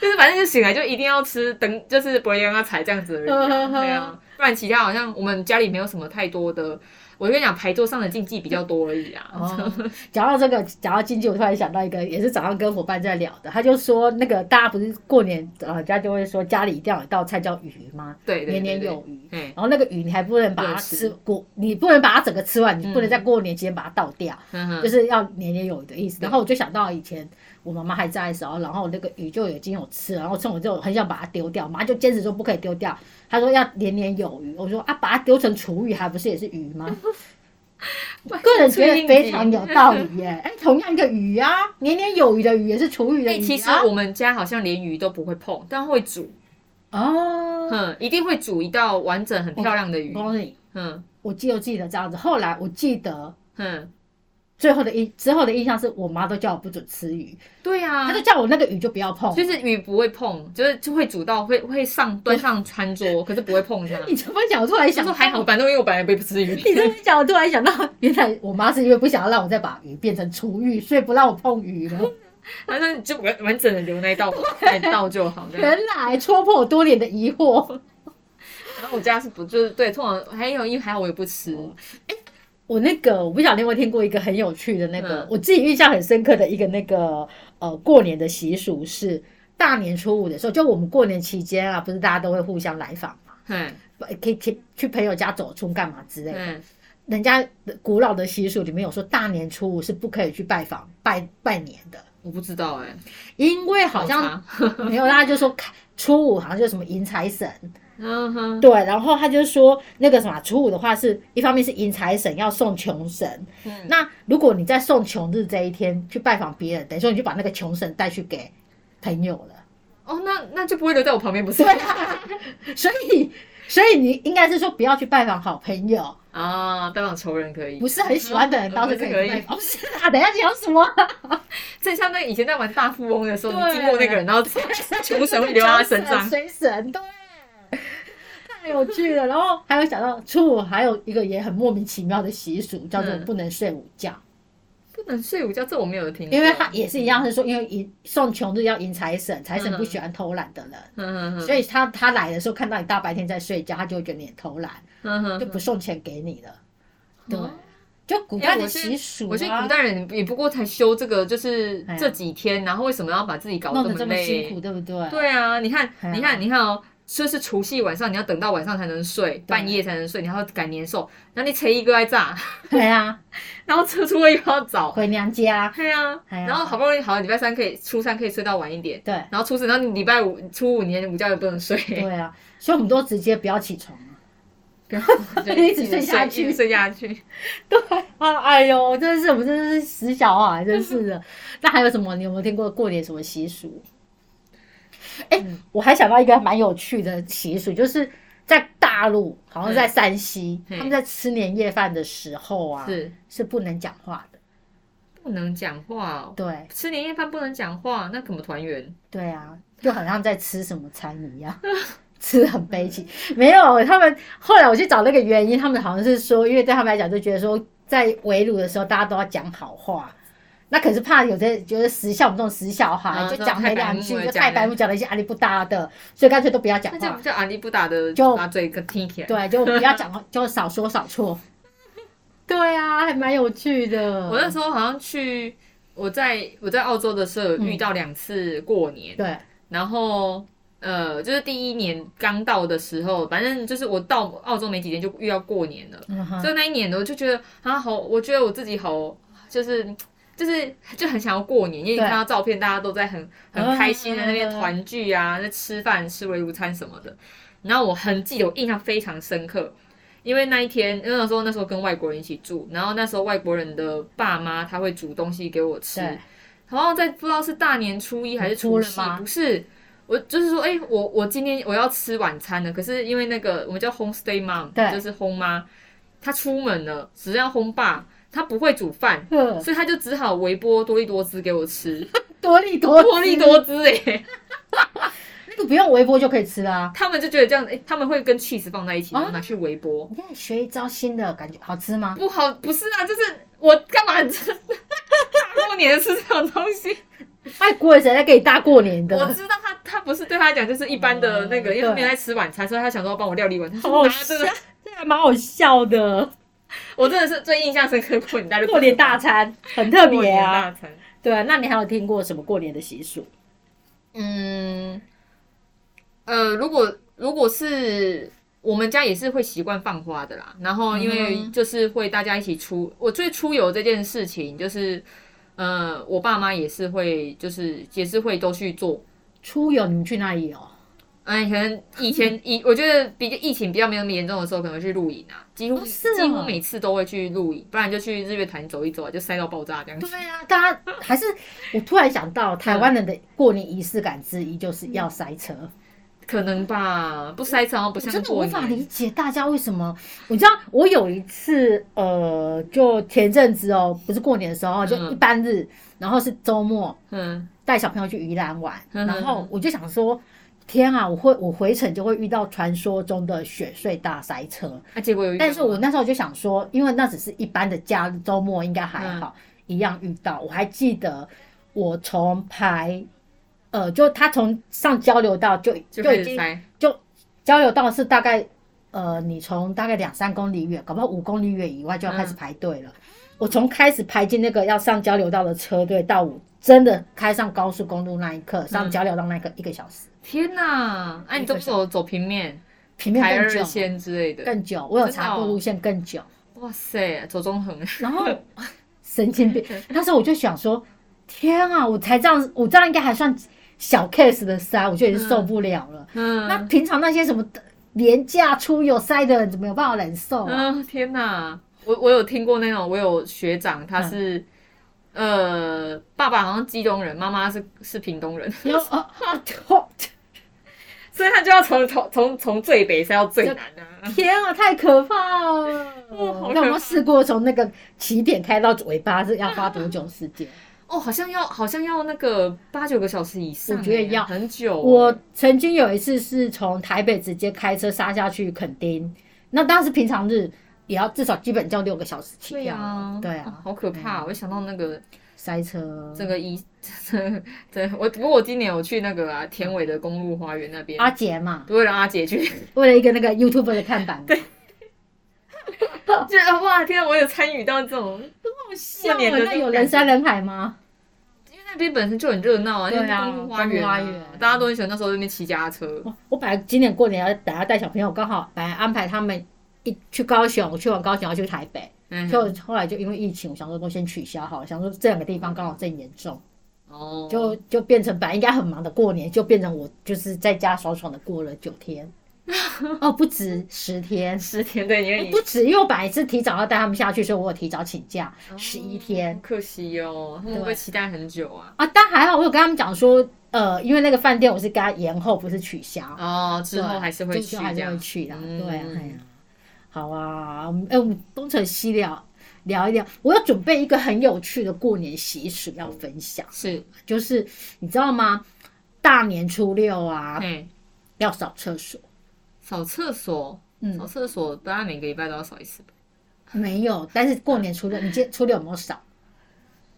Speaker 2: 就是反正就醒来就一定要吃等，就是不会让他踩这样子的人
Speaker 3: 嗯
Speaker 2: 啊，对啊，不然其他好像我们家里没有什么太多的。我就跟你讲，牌桌上的禁忌比较多而已啊。
Speaker 3: 哦，讲到这个，讲到经济，我突然想到一个，也是早上跟伙伴在聊的，他就说那个大家不是过年，呃，人家就会说家里一定要有一道菜叫鱼吗？
Speaker 2: 对对对
Speaker 3: 年年
Speaker 2: 对
Speaker 3: 有余。
Speaker 2: 对，
Speaker 3: 然后那个鱼你还不能把
Speaker 2: 不
Speaker 3: 它
Speaker 2: 能吃
Speaker 3: 吃过，你不能把它整个吃完，你不能在过年期间把它倒掉，
Speaker 2: 嗯哼
Speaker 3: 就是要年年有余的意思。
Speaker 2: 对
Speaker 3: 然后我就想到以前我妈妈还在的时候，然后那个鱼就已经有吃了，然后趁我就很想把它丢掉，妈就坚持说不可以丢掉，她说要年年有余。我说啊，把它丢成厨余还不是也是 鱼吗？我个人觉得非常有道理 耶。哎，同样一个鱼啊，年年有余的鱼也是厨余的
Speaker 2: 哎，
Speaker 3: 鱼
Speaker 2: 其实
Speaker 3: 啊。
Speaker 2: 我们家好像连鱼都不会碰，但会煮，
Speaker 3: 哦，
Speaker 2: 嗯，一定会煮一道完整很漂亮的鱼
Speaker 3: 我，告诉你，
Speaker 2: 嗯
Speaker 3: 我记就记得这样子。后来我记得
Speaker 2: 嗯，
Speaker 3: 最后的印之后的印象是我妈都叫我不准吃鱼，
Speaker 2: 对呀
Speaker 3: 她，就叫我那个鱼就不要碰。
Speaker 2: 就是鱼不会碰，就是就会煮到会会上端上餐桌，可是不会碰它。
Speaker 3: 你这么讲，我突然
Speaker 2: 想
Speaker 3: 想
Speaker 2: 说还好，。反正因为我本来也不吃鱼。
Speaker 3: 你这么讲，我突然想到，原来我妈是因为不想要让我再把鱼变成厨余，所以不让我碰鱼了。
Speaker 2: 反正你就完完整的留那一道那一道就好。这样
Speaker 3: 原来戳破我多年的疑惑。
Speaker 2: 然后我家是不就是对，通常还有因为还好我也不吃，
Speaker 3: 哦我那个我不晓得你有没有听过一个很有趣的那个，
Speaker 2: 嗯
Speaker 3: 我自己印象很深刻的一个那个呃过年的习俗是大年初五的时候，就我们过年期间啊，不是大家都会互相来访嘛，
Speaker 2: 嗯
Speaker 3: 不可以去去朋友家走村干嘛之类的。
Speaker 2: 嗯
Speaker 3: 人家的古老的习俗里面有说，大年初五是不可以去拜访拜拜年的，
Speaker 2: 我不知道哎、
Speaker 3: 因为好像
Speaker 2: 好
Speaker 3: 没有，大家就说看初五好像就什么迎财神，
Speaker 2: 嗯哼，
Speaker 3: 对，然后他就说那个什么初五的话是一方面是迎财神要送穷神，
Speaker 2: 嗯
Speaker 3: 那如果你在送穷日这一天去拜访别人，等于说你就把那个穷神带去给朋友了，
Speaker 2: 哦，那那就不会留在我旁边，不是？
Speaker 3: 所以所以你应该是说不要去拜访好朋友，
Speaker 2: 啊，拜访仇人可以，
Speaker 3: 不是很喜欢 的人倒是可
Speaker 2: 可
Speaker 3: 以
Speaker 2: 以
Speaker 3: 去拜访。不是啊，等一下讲什么？
Speaker 2: 正像那以前在玩大富翁的时候，
Speaker 3: 对
Speaker 2: 你经过那个人，然后全部神会留在他身上。
Speaker 3: 水神对，啊太有趣了。然后还有想到初五还有一个也很莫名其妙的习俗，叫做
Speaker 2: 嗯
Speaker 3: 不能睡午觉，
Speaker 2: 不能睡午觉，这我没有听过。
Speaker 3: 因为他也是一样是说，因为迎送穷日要迎财神，财神不
Speaker 2: 嗯
Speaker 3: 喜欢偷懒的人。
Speaker 2: 嗯，嗯
Speaker 3: 所以他他来的时候看到你大白天在睡觉，他就会觉得你很偷懒，
Speaker 2: 嗯嗯
Speaker 3: 就不送钱给你了。对，就古
Speaker 2: 因为
Speaker 3: 代的
Speaker 2: 我是
Speaker 3: 习俗、啊
Speaker 2: 我觉得古代人也不过才休这个，就是
Speaker 3: 哎呀
Speaker 2: 这几天，然后为什么要把自己搞得
Speaker 3: 弄得这么辛苦，
Speaker 2: 累？
Speaker 3: 对不对？
Speaker 2: 对啊，你看
Speaker 3: 哎呀，
Speaker 2: 你看，你看哦，就是除夕晚上，你要等到晚上才能睡，半夜才能睡，你还要赶年兽，然后你初一个还炸，
Speaker 3: 对啊，
Speaker 2: 然后初初二又要早，
Speaker 3: 回娘家，
Speaker 2: 对啊，
Speaker 3: 哎呀
Speaker 2: 然后好不容易好，礼拜三可以初三可以睡到晚一点，
Speaker 3: 对
Speaker 2: 然后初四，然后你礼拜五初五你连午觉也不能睡，
Speaker 3: 对啊，所以我们都直接不要起床了。
Speaker 2: 然后 就
Speaker 3: 一直睡下 去
Speaker 2: 一直睡下去。
Speaker 3: 啊，哎呦，真是我们真的是死小孩，真 是的。那还有什么？你有没有听过过年什么习俗？哎、我还想到一个蛮有趣的习俗，就是在大陆，好像在山西，
Speaker 2: 嗯
Speaker 3: 他们在吃年夜饭的时候啊，
Speaker 2: 是
Speaker 3: 是不能讲话的。
Speaker 2: 不能讲话哦，
Speaker 3: 对
Speaker 2: 吃年夜饭不能讲话，那怎么团圆？
Speaker 3: 对啊，就好像在吃什么餐一样。 吃得很悲情，没有他们。后来我去找那个原因，他们好像是说，因为对他们来讲，就觉得说，在围炉的时候，大家都要讲好话。那可是怕有些觉得时像我们这种死小孩，
Speaker 2: 啊
Speaker 3: 就讲没两句，
Speaker 2: 那
Speaker 3: 就
Speaker 2: 太白目了
Speaker 3: 太白目，讲了一些阿里不搭的，所以干脆都不要讲
Speaker 2: 那这样
Speaker 3: 话
Speaker 2: 不。叫阿力不打的，
Speaker 3: 就
Speaker 2: 把嘴给听起来。
Speaker 3: 对，就不要讲话，就少说少错。对啊，还蛮有趣的。
Speaker 2: 我那时候好像去，我在我在澳洲的时候有遇到两次过年，
Speaker 3: 对，
Speaker 2: 然后呃，就是第一年刚到的时候，反正就是我到澳洲没几天就遇到过年了，
Speaker 3: 嗯哼，
Speaker 2: 所以那一年呢，我就觉得啊，好，我觉得我自己好，就是。就是就很想要过年，因为你
Speaker 3: 对
Speaker 2: 看到照片，大家都在很很开心的那边
Speaker 3: 嗯
Speaker 2: 团聚啊，在吃饭、吃围炉餐什么的。然后我很记得，我印象非常深刻，因为那一天，因为那时候那时候跟外国人一起住，然后那时候外国人的爸妈他会煮东西给我吃，
Speaker 3: 对，
Speaker 2: 好像在不知道是大年初一还是
Speaker 3: 哭
Speaker 2: 除
Speaker 3: 了
Speaker 2: 夕
Speaker 3: 吗，
Speaker 2: 不是。我就是说，哎、我我今天我要吃晚餐了，可是因为那个我们叫 homestay mom，
Speaker 3: 对
Speaker 2: 就是轰妈，她出门了，只要轰爸，她不会煮饭，
Speaker 3: 呵
Speaker 2: 所以她就只好微波多利多汁给我 吃，
Speaker 3: 多利多
Speaker 2: 多利多汁哎、
Speaker 3: 那个不用微波就可以吃啊啦、
Speaker 2: 他们就觉得这样，哎、他们会跟 cheese 放在一起，
Speaker 3: 啊
Speaker 2: 然后拿去微波，
Speaker 3: 你看学一招新的感觉，好吃吗？
Speaker 2: 不好，不是啊，就是我干嘛大过年吃这种东西？
Speaker 3: 外国人谁在给你大过年的？
Speaker 2: 我知道他，他不是对他来讲就是一般的那个，
Speaker 3: 嗯
Speaker 2: 因为他没有在吃晚餐，所以他想说帮我料理晚餐。
Speaker 3: 好 好
Speaker 2: 拿这个，
Speaker 3: 这还蛮好笑的，
Speaker 2: 我真的是最印象深刻过年大就
Speaker 3: 过年大餐很特
Speaker 2: 过
Speaker 3: 别
Speaker 2: 年
Speaker 3: 啊。
Speaker 2: 大餐。
Speaker 3: 对啊，那你还有听过什么过年的习俗？
Speaker 2: 嗯，呃，如果如果是我们家也是会习惯放花的啦，然后因
Speaker 3: 嗯
Speaker 2: 为就是会大家一起出，我最出游这件事情就是，呃，我爸妈也是会，就是也是会都去做。
Speaker 3: 出游你们去哪里哦游？
Speaker 2: 哎，可能以前
Speaker 3: 嗯
Speaker 2: 以我觉得比较疫情比较没有那么严重的时候，可能会去露营啊，几乎、
Speaker 3: 哦是哦
Speaker 2: 几乎每次都会去露营，不然就去日月潭走一走啊，就塞到爆炸这样子。
Speaker 3: 对啊，大家还是我突然想到，台湾人的过年仪式感之一就是要塞车，
Speaker 2: 嗯可能吧，不塞车好像不
Speaker 3: 我
Speaker 2: 像
Speaker 3: 真的
Speaker 2: 过
Speaker 3: 无法理
Speaker 2: 年。
Speaker 3: 解大家为什么。你知道，我有一次，呃，就前阵子哦，不是过年的时候，就
Speaker 2: 嗯
Speaker 3: 一般日，然后是周末，
Speaker 2: 嗯，
Speaker 3: 带小朋友去宜兰玩，
Speaker 2: 嗯
Speaker 3: 然后我就想说，天啊，我会我回程就会遇到传说中的雪隧大塞车。
Speaker 2: 啊，结果有一个
Speaker 3: 但是我那时候就想说，因为那只是一般的假日周末，应该还好，
Speaker 2: 嗯
Speaker 3: 一样遇到。我还记得我从排，呃，就他从上交流道就
Speaker 2: 就
Speaker 3: 就
Speaker 2: 开
Speaker 3: 已
Speaker 2: 始
Speaker 3: 经
Speaker 2: 塞，
Speaker 3: 就交流道是大概呃，你从大概两三公里远，搞不好五公里远以外就要开始排队了。我从开始排进那个要上交流道的车队，到我真的开上高速公路那一刻，上交流道那一刻一个小时，
Speaker 2: 天哪！哎、你都不走走平面、
Speaker 3: 平
Speaker 2: 台
Speaker 3: 面
Speaker 2: 二
Speaker 3: 更久，
Speaker 2: 线之类的，
Speaker 3: 更久。我有
Speaker 2: 真的
Speaker 3: 查过
Speaker 2: 哦
Speaker 3: 路线更久，
Speaker 2: 哇塞，走中横，
Speaker 3: 然后
Speaker 2: 哦
Speaker 3: 神经病。那时候我就想说，天啊，我才这样，我这样应该还算小 case 的塞，我就已经受不了了。
Speaker 2: 嗯，
Speaker 3: 那平常那些什么廉价出有塞的人，怎么有办法忍受啊？
Speaker 2: 嗯、天哪！我我有听过那种，我有学长他
Speaker 3: 嗯
Speaker 2: 是，呃，爸爸好像基隆人，妈妈是是屏东人，
Speaker 3: 然后啊啊！哦
Speaker 2: 所以他就要从从从从最北塞到最南啊。
Speaker 3: 天啊，太可怕了！
Speaker 2: 哦好可怕
Speaker 3: 那我们试过从那个起点开到尾巴是要花多久时 间？
Speaker 2: 哦，好像要好像要那个八九个小时以上欸，
Speaker 3: 我觉得要
Speaker 2: 很久欸。
Speaker 3: 我曾经有一次是从台北直接开车杀下去垦丁，那当然是平常日，也要至少基本就要六个小时起
Speaker 2: 对
Speaker 3: 跳。
Speaker 2: 啊，
Speaker 3: 对
Speaker 2: 哦
Speaker 3: 啊，
Speaker 2: 好可怕！我一想到那个
Speaker 3: 塞车。
Speaker 2: 这个一，对，我不过我今年有去那个啊田尾的公路花园那边，
Speaker 3: 阿杰嘛，
Speaker 2: 为了阿姐 去，
Speaker 3: 为了一个那个 YouTube 的看板，对，
Speaker 2: 就哇天啊，我有参与到这种
Speaker 3: 笑啊
Speaker 2: 过年的 那
Speaker 3: 那
Speaker 2: 种
Speaker 3: 有
Speaker 2: 感觉
Speaker 3: 人山人海吗？
Speaker 2: 因为那边本身就很热闹啊，
Speaker 3: 对啊
Speaker 2: 那是公路花园、
Speaker 3: 公路花园哦
Speaker 2: 大家都很喜欢那时候在那边骑家车。
Speaker 3: 我我本来今年过年要等下带小朋友，刚好本来安排他们一去高雄，去完高雄要去台北，
Speaker 2: 嗯，
Speaker 3: 就后来就因为疫情，我想说都先取消好了，想说这两个地方刚好正严重，
Speaker 2: 哦，
Speaker 3: 就就变成本来应该很忙的过年，就变成我就是在家爽爽的过了九 天，哦不止十天，
Speaker 2: 十天，对，因为你
Speaker 3: 哎不止，因为我本来是提早要带他们下去，所以我有提早请假
Speaker 2: 哦
Speaker 3: 十一天，
Speaker 2: 可惜哦，他们会不会期待很久啊？
Speaker 3: 啊，但还好我有跟他们讲说，呃，因为那个饭店我是跟他延后，不是取消。
Speaker 2: 哦，之后
Speaker 3: 对
Speaker 2: 还是会去
Speaker 3: 就
Speaker 2: 这
Speaker 3: 就还是会
Speaker 2: 样。
Speaker 3: 去啦，
Speaker 2: 嗯
Speaker 3: 对啊，哎呀，好啊，我们哎、我们东扯西聊聊一聊，我要准备一个很有趣的过年习俗要分享，
Speaker 2: 是，
Speaker 3: 就是你知道吗？大年初六啊，
Speaker 2: 哎，
Speaker 3: 要扫厕所，
Speaker 2: 扫厕所，
Speaker 3: 嗯
Speaker 2: 扫厕所，大家每个礼拜都要扫一次吧。
Speaker 3: 没有，但是过年初六，你今天初六有没有扫？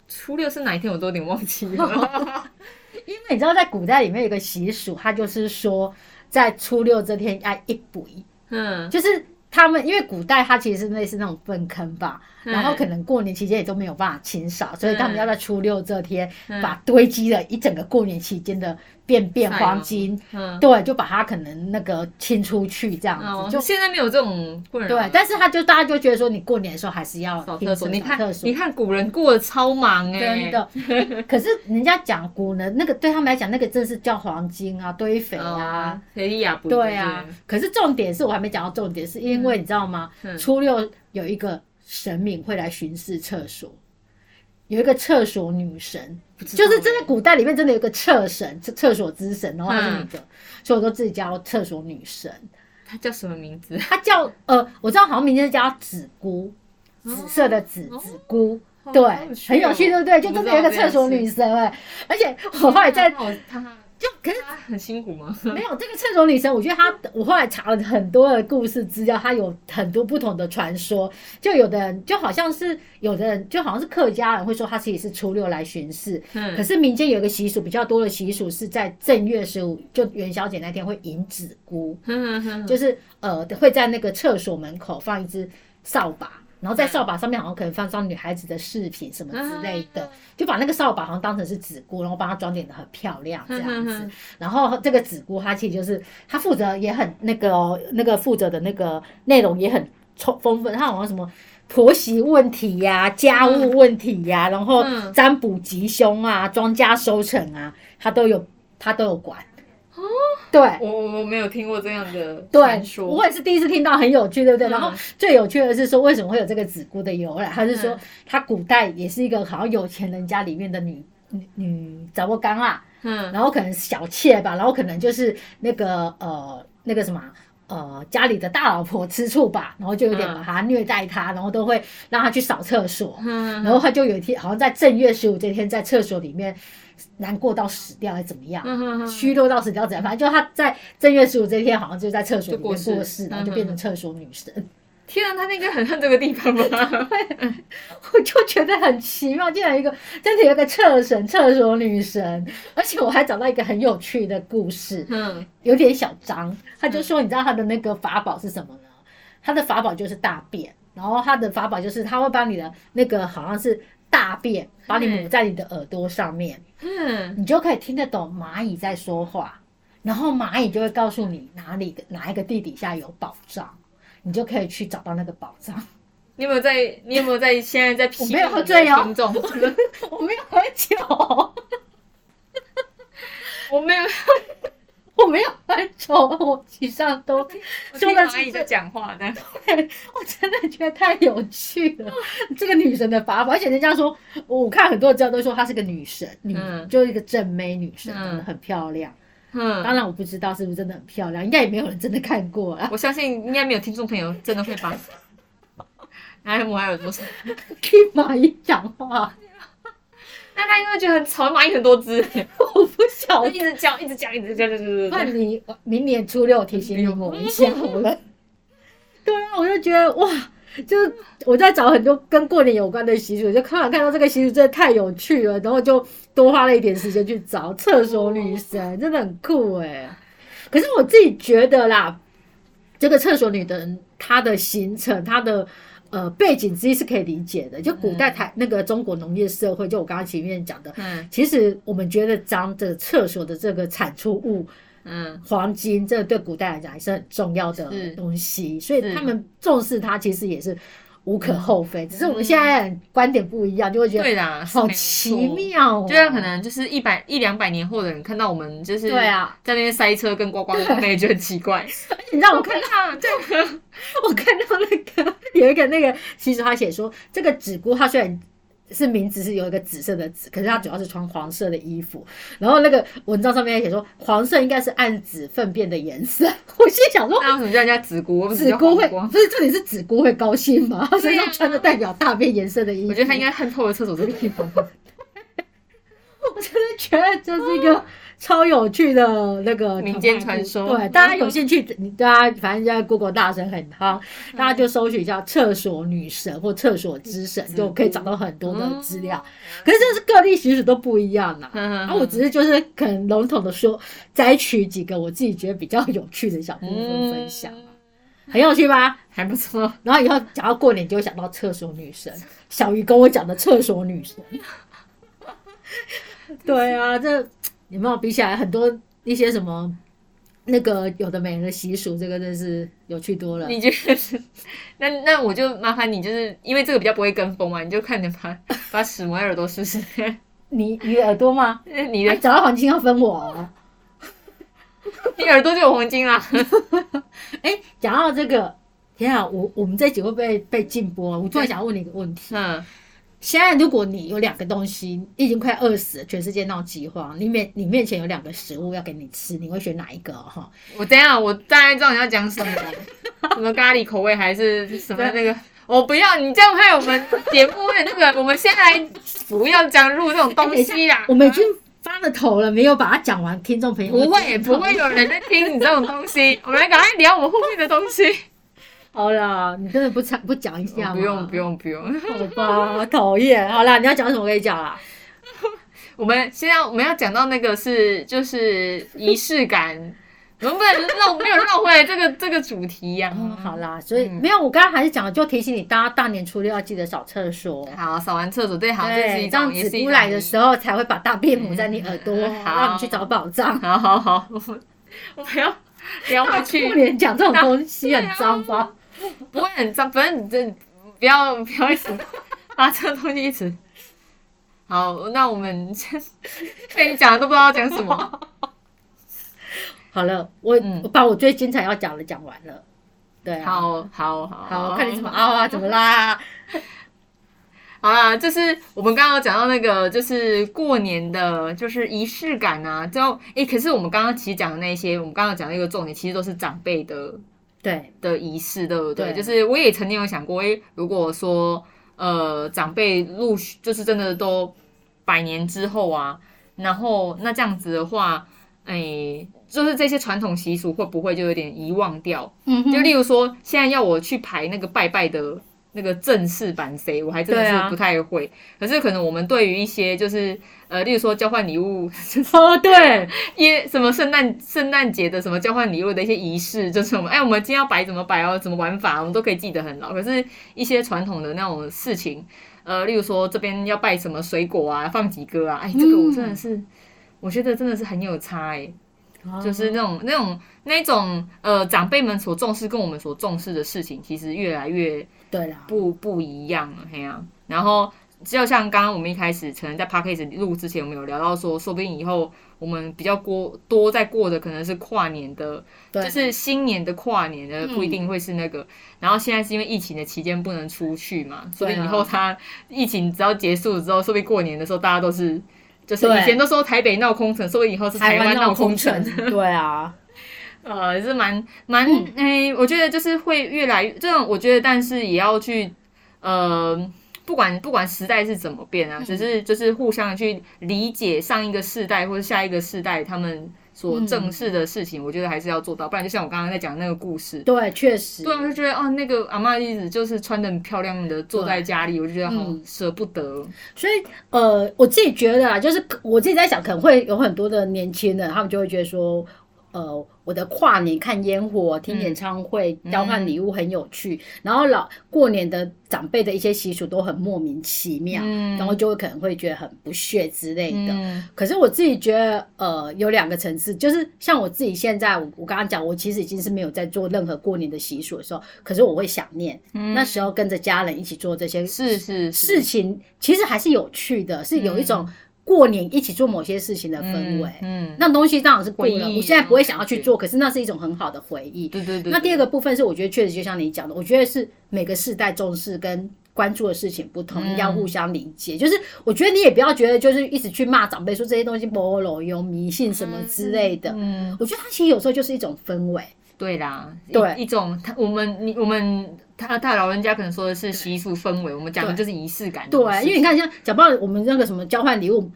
Speaker 2: 初六是哪一天，我都有点忘记了。
Speaker 3: 因为你知道，在古代里面有一个习俗，它就是说，在初六这天要一补一
Speaker 2: 嗯，
Speaker 3: 就是他们因为古代它其实是类似那种粪坑吧，
Speaker 2: 嗯
Speaker 3: 然后可能过年期间也都没有办法清扫，所以他们要在初六这天
Speaker 2: 嗯
Speaker 3: 把堆积了一整个过年期间的便便
Speaker 2: 晒哦
Speaker 3: 黄金，
Speaker 2: 嗯，
Speaker 3: 对，就把它可能那个清出去这样
Speaker 2: 哦，
Speaker 3: 子，就
Speaker 2: 现在没有这种困扰了。
Speaker 3: 对。但是他就大家就觉得说，你过年的时候还是要
Speaker 2: 扫
Speaker 3: 停
Speaker 2: 厕所，你
Speaker 3: 扫
Speaker 2: 看
Speaker 3: 厕，所
Speaker 2: 你。看古人过得超忙哎，
Speaker 3: 真的，可是人家讲古人那个对他们来讲，那个真是叫黄金啊，堆肥啊，
Speaker 2: 哦，谁利亚不
Speaker 3: 对啊，可是重点是我还没讲到重点，是因为你知道吗？
Speaker 2: 嗯
Speaker 3: 初六有一个神明会来巡视厕所，有一个厕所女神，就是真的古代里面真的有一个厕神，厕厕所之神，然后她是女的，
Speaker 2: 嗯
Speaker 3: 所以我都自己叫厕所女神。
Speaker 2: 他叫什么名字？
Speaker 3: 她叫呃，我知道好像名字叫她紫姑，紫色的紫、
Speaker 2: 哦
Speaker 3: 紫姑。
Speaker 2: 好
Speaker 3: 对
Speaker 2: 有，趣
Speaker 3: 很有趣，
Speaker 2: 哦
Speaker 3: 对不对？就真的有一个厕所女神哎、而且我后来在
Speaker 2: 他好他
Speaker 3: 就可是
Speaker 2: 他很辛苦吗？
Speaker 3: 没有这个厕所女神，我觉得她，我后来查了很多的故事资料，她有很多不同的传说。就有的人就好像是有的人就好像是客家人会说她其实是初六来巡视，
Speaker 2: 嗯
Speaker 3: 可是民间有一个习俗比较多的习俗是在正月十五，就元宵节那天会迎子姑，
Speaker 2: 就
Speaker 3: 就是呃会在那个厕所门口放一只扫把。然后在扫把上面好像可能放上女孩子的饰品什么之类的，就把那个扫把好像当成是纸姑，然后帮她装点的很漂亮这样子。然后这个子姑她其实就是她负责也很那个哦，那个负责的那个内容也很充丰富，她好像什么。婆媳问题呀、家务问题呀、然后
Speaker 2: 嗯
Speaker 3: 占卜吉凶啊、庄稼收成啊，她都有，她都有管。哦，对，
Speaker 2: 我我我没有听过这样的传
Speaker 3: 对，
Speaker 2: 说
Speaker 3: 我，也是第一次听到，很有趣，对不对？
Speaker 2: 嗯
Speaker 3: 然后最有趣的是说，为什么会有这个子姑的由来？他是说
Speaker 2: 嗯，
Speaker 3: 她古代也是一个好像有钱人家里面的女女女找不干啦，
Speaker 2: 嗯，
Speaker 3: 然后可能小妾吧，然后可能就是那个呃那个什么啊。呃，家里的大老婆吃醋吧，然后就有点
Speaker 2: 嗯
Speaker 3: 把她虐待她，然后都会让她去扫厕所，
Speaker 2: 然
Speaker 3: 然后她就有一天好像在正月十五这天在厕所里面难过到死掉，还是怎么样？
Speaker 2: 嗯
Speaker 3: 虚弱到死掉怎样？反正就他在正月十五这一天，好像就在厕所里
Speaker 2: 就
Speaker 3: 面
Speaker 2: 过世嗯
Speaker 3: 过世，然后就变成厕所女神。
Speaker 2: 天啊，他那个很恨这个地方吧？
Speaker 3: 我就觉得很奇妙，竟然有一个真的有一个厕神、厕所女神，而且我还找到一个很有趣的故事，
Speaker 2: 嗯，
Speaker 3: 有点小张。他就说，你知道他的那个法宝是什么呢？他的法宝就是大便，然后他的法宝就是他会把你的那个好像是大便，把你抹在你的耳朵上面，
Speaker 2: 嗯，
Speaker 3: 你就可以听得懂蚂蚁在说话，然后蚂蚁就会告诉你哪里哪一个地底下有宝藏，你就可以去找到那个宝藏。
Speaker 2: 你有没有在？你有没有在？现在在批
Speaker 3: 我没有喝醉哦
Speaker 2: 听众，
Speaker 3: 我没有喝酒，
Speaker 2: 我没有，
Speaker 3: 我没有很丑，我以上都，
Speaker 2: 我
Speaker 3: 说
Speaker 2: 听
Speaker 3: 的
Speaker 2: 到
Speaker 3: 是
Speaker 2: 阿姨在讲话的，
Speaker 3: 我真的觉得太有趣了。 这个女神的法宝，而且人家说，我看很多人家都说她是个女神，女、
Speaker 2: 嗯
Speaker 3: 就是一个正妹女神，
Speaker 2: 嗯
Speaker 3: 长得很漂亮。当
Speaker 2: 嗯，
Speaker 3: 然我不知道是不是真的很漂亮，应该也没有人真的看过啊啦。
Speaker 2: 我相信应该没有听众朋友真的会吧。哎，我还有多少？
Speaker 3: 听蚂蚁讲话，
Speaker 2: 那他应该觉得很吵，蚂蚁很多只，
Speaker 3: 我不
Speaker 2: 就
Speaker 3: 晓得。
Speaker 2: 一直叫，一直叫，一直叫，一直叫
Speaker 3: 那。你呃明年初六提醒你我一下好了。 对啊，我就觉得哇，就是我在找很多跟过年有关的习俗，就看看到这个习俗真的太有趣了，然后就多花了一点时间去找厕所女神，真的很酷哎、可是我自己觉得啦，这个厕所女的人她的形成，她的。呃，背景之一是可以理解的，就古代台、那个中国农业社会，就我刚刚前面讲的，
Speaker 2: 嗯
Speaker 3: 其实我们觉得脏的厕所的这个产出物，
Speaker 2: 嗯
Speaker 3: 黄金，这对古代来讲也是很重要的
Speaker 2: 是
Speaker 3: 东西，所以
Speaker 2: 是嗯
Speaker 3: 他们重视它，其实也是无可厚非。只是我们现在观点不一样，就会觉
Speaker 2: 对
Speaker 3: 得
Speaker 2: 啦，是
Speaker 3: 好
Speaker 2: 没
Speaker 3: 奇
Speaker 2: 错。
Speaker 3: 妙、哦，
Speaker 2: 就像可能就是一百一两百年后的人看到我们就是
Speaker 3: 对啊，
Speaker 2: 在那边塞车跟呱呱呱，那也觉得很奇怪。
Speaker 3: 你 让我看 到
Speaker 2: 啊，对，
Speaker 3: 我看到那个有一个那个，其实他写说这个纸姑，她虽然。是名字是有一个紫色的紫，可是她主要是穿黄色的衣服。然后那个文章上面还写说，黄色应该是暗指粪便的颜色。 我心想说，
Speaker 2: 那为什么叫人家紫姑？我们只
Speaker 3: 子
Speaker 2: 叫
Speaker 3: 姑会
Speaker 2: 呱呱
Speaker 3: 不是重点是子姑会高兴吗？
Speaker 2: 啊
Speaker 3: 她身上穿着代表大便颜色的衣服，
Speaker 2: 我觉得他应该恨透了厕所这个地方。
Speaker 3: 我真的觉得这是 一个超有趣的那个
Speaker 2: 民间传说
Speaker 3: 对，大家有兴趣，你大家反正现在 Google 大神很夯，
Speaker 2: 嗯
Speaker 3: 大家就搜寻一下厕所女神或厕所之神，
Speaker 2: 嗯
Speaker 3: 就可以找到很多的资料。可是这是各地习俗都不一样啦。
Speaker 2: 嗯
Speaker 3: 啊，我只是就是可能笼统的说，摘取几个我自己觉得比较有趣的小部分分享，
Speaker 2: 啊
Speaker 3: 很有趣吧？
Speaker 2: 嗯还不错。
Speaker 3: 然后以后讲到过年，就会想到厕所女神，小鱼跟我讲的厕所女 神。对啊，这有没有比起来很多一些什么那个有的没的习俗，这个真是有趣多了。
Speaker 2: 你觉得是？那那我就麻烦你，就是因为这个比较不会跟风嘛，你就看着把把屎磨在耳朵试 试。
Speaker 3: 你你的耳朵吗？
Speaker 2: 你
Speaker 3: 你
Speaker 2: 的
Speaker 3: 哎找到黄金要分我、哦。
Speaker 2: 你耳朵就有黄金啦。
Speaker 3: 哎，讲到这个，天啊，我我们这集会不会被禁播啊？我突然想问你一个问题：
Speaker 2: 嗯
Speaker 3: 现在如果你有两个东西，你已经快饿死了，全世界闹饥荒，你面你面前有两个食物要给你吃，你会选哪一个、哦？哈。
Speaker 2: 我等一下我大概知道你要讲什么，什么咖喱口味还是什么那个。我不要你这样害我们节目会那个，我们先来不要讲入这种东西啦。
Speaker 3: 我们已经翻了头了，没有把它讲完，听众朋友
Speaker 2: 不会不会。有人在听你这种东西，我们来赶快聊我们后面的东西。
Speaker 3: 好啦，你真的不讲不讲一下吗？
Speaker 2: 哦不用不，用不用，
Speaker 3: 好吧，讨厌。好啦，你要讲什么我跟你讲啦。
Speaker 2: 我们现在我们要讲到那个是就是仪式感，我们不能绕没有绕回来这个这个主题呀、
Speaker 3: 哦，好啦，所以、
Speaker 2: 嗯
Speaker 3: 没有，我刚刚还是讲，就提醒你，大家大年初六要记得扫厕所。
Speaker 2: 好，扫完厕所对，好，这是
Speaker 3: 对，
Speaker 2: 一
Speaker 3: 这样
Speaker 2: 种也
Speaker 3: 子
Speaker 2: 是一
Speaker 3: 姑
Speaker 2: 种
Speaker 3: 来的时候才会把大便抹在你耳朵，
Speaker 2: 嗯好
Speaker 3: 让你去找宝 藏。
Speaker 2: 好好好，我们我们要聊回
Speaker 3: 过
Speaker 2: 去，
Speaker 3: 年讲这种东西很脏
Speaker 2: 啊
Speaker 3: 吧？
Speaker 2: 不会很脏，反正你这不要不要一直把这个东西一直。好，那我们先被你讲的都不知道要讲什么。
Speaker 3: 好了，我、
Speaker 2: 嗯
Speaker 3: 我把我最精彩要讲的讲完了。对、啊，，
Speaker 2: 好好好
Speaker 3: 好，我 看你怎么凹啊？怎么啦？
Speaker 2: 好啦，就是我们刚刚有讲到那个，就是过年的，就是仪式感啊。就诶、可是我们刚刚其实讲的那些，我们刚刚讲的一个重点，其实都是长辈的
Speaker 3: 对，
Speaker 2: 的仪式，对不对？
Speaker 3: 对
Speaker 2: 就是我也曾经有想过，诶、如果说呃长辈陆续就是真的都百年之后啊，然后那这样子的话，诶、就是这些传统习俗会不会就有点遗忘掉？
Speaker 3: 嗯哼
Speaker 2: 就例如说，现在要我去排那个拜拜的那个正式版谁，我还真的
Speaker 3: 对啊
Speaker 2: 是不太会。可是可能我们对于一些就是呃，例如说交换礼物，
Speaker 3: 哦，对，
Speaker 2: 耶什么圣诞圣诞节的什么交换礼物的一些仪式，就是我们哎，我们今天要摆怎么摆哦，怎么玩法，我们都可以记得很牢。可是，一些传统的那种事情，呃，例如说这边要拜什么水果啊，放几个啊，哎，这个我真
Speaker 3: 嗯
Speaker 2: 的是，我觉得真的是很有差哎、
Speaker 3: 哦
Speaker 2: 就是那种那种那种呃，长辈们所重视跟我们所重视的事情，其实越来越
Speaker 3: 对啦，
Speaker 2: 不不一样了，嘿呀、然后就像刚刚我们一开始可能在 p a c k a g e 录之前，我们有聊到说，说不定以后我们比较过多在过的可能是跨年的，
Speaker 3: 对
Speaker 2: 就是新年的跨年的不一定会是那个。然后现在是因为疫情的期间不能出去嘛，所以
Speaker 3: 对啊
Speaker 2: 以后它疫情只要结束之后，说不定过年的时候大家都是。就是
Speaker 3: 对
Speaker 2: 以前都说台北闹空城，说不定以后是台湾闹空城。
Speaker 3: 对啊，
Speaker 2: 呃，是蛮蛮
Speaker 3: 嗯
Speaker 2: 诶、我觉得就是会越来越这种，我觉得但是也要去呃，不管不管时代是怎么变啊，
Speaker 3: 嗯
Speaker 2: 只是就是互相去理解上一个世代或者下一个世代他们所正视的事情，我觉得还是要做到，不然就像我刚刚在讲的那个故事。
Speaker 3: 对，确实，
Speaker 2: 对啊，我就觉得哦，那个阿嬷一直就是穿的很漂亮的，坐在家里，我就觉得好
Speaker 3: 嗯
Speaker 2: 舍不得。
Speaker 3: 所以呃，我自己觉得啊，就是我自己在想，可能会有很多的年轻人，他们就会觉得说，呃，我的跨年看烟火、听演唱会、
Speaker 2: 嗯
Speaker 3: 交换礼物很有趣，然后老过年的长辈的一些习俗都很莫名其妙，
Speaker 2: 嗯
Speaker 3: 然后就会可能会觉得很不屑之类的。
Speaker 2: 嗯
Speaker 3: 可是我自己觉得，呃，有两个层次，就是像我自己现在，我我刚刚讲，我其实已经是没有在做任何过年的习俗的时候，可是我会想念、
Speaker 2: 嗯
Speaker 3: 那时候跟着家人一起做这些
Speaker 2: 是是
Speaker 3: 事情，其实还是有趣的，是有一种过年一起做某些事情的氛围。
Speaker 2: 嗯，
Speaker 3: 那东西当然是过
Speaker 2: 回忆
Speaker 3: 了，
Speaker 2: 啊
Speaker 3: 我现在不会想要去做，可是那是一种很好的回忆。
Speaker 2: 对对对。
Speaker 3: 那第二
Speaker 2: 个，
Speaker 3: 个部分是，我觉得确实就像你讲的，我觉得是每个世代重视跟关注的事情不同，
Speaker 2: 嗯
Speaker 3: 要互相理解。就是我觉得你也不要觉得就是一直去骂长辈说这些东西不老有迷信什么之类的。
Speaker 2: 嗯，
Speaker 3: 我觉得它其实有时候就是一种氛围，
Speaker 2: 对啦，一
Speaker 3: 对
Speaker 2: 一种他我们你我们他他老人家可能说的是习俗氛围，我们讲的
Speaker 3: 对
Speaker 2: 就是仪式感这
Speaker 3: 对啊
Speaker 2: 种事。，
Speaker 3: 因为你看像讲到我们那个什么交换礼物，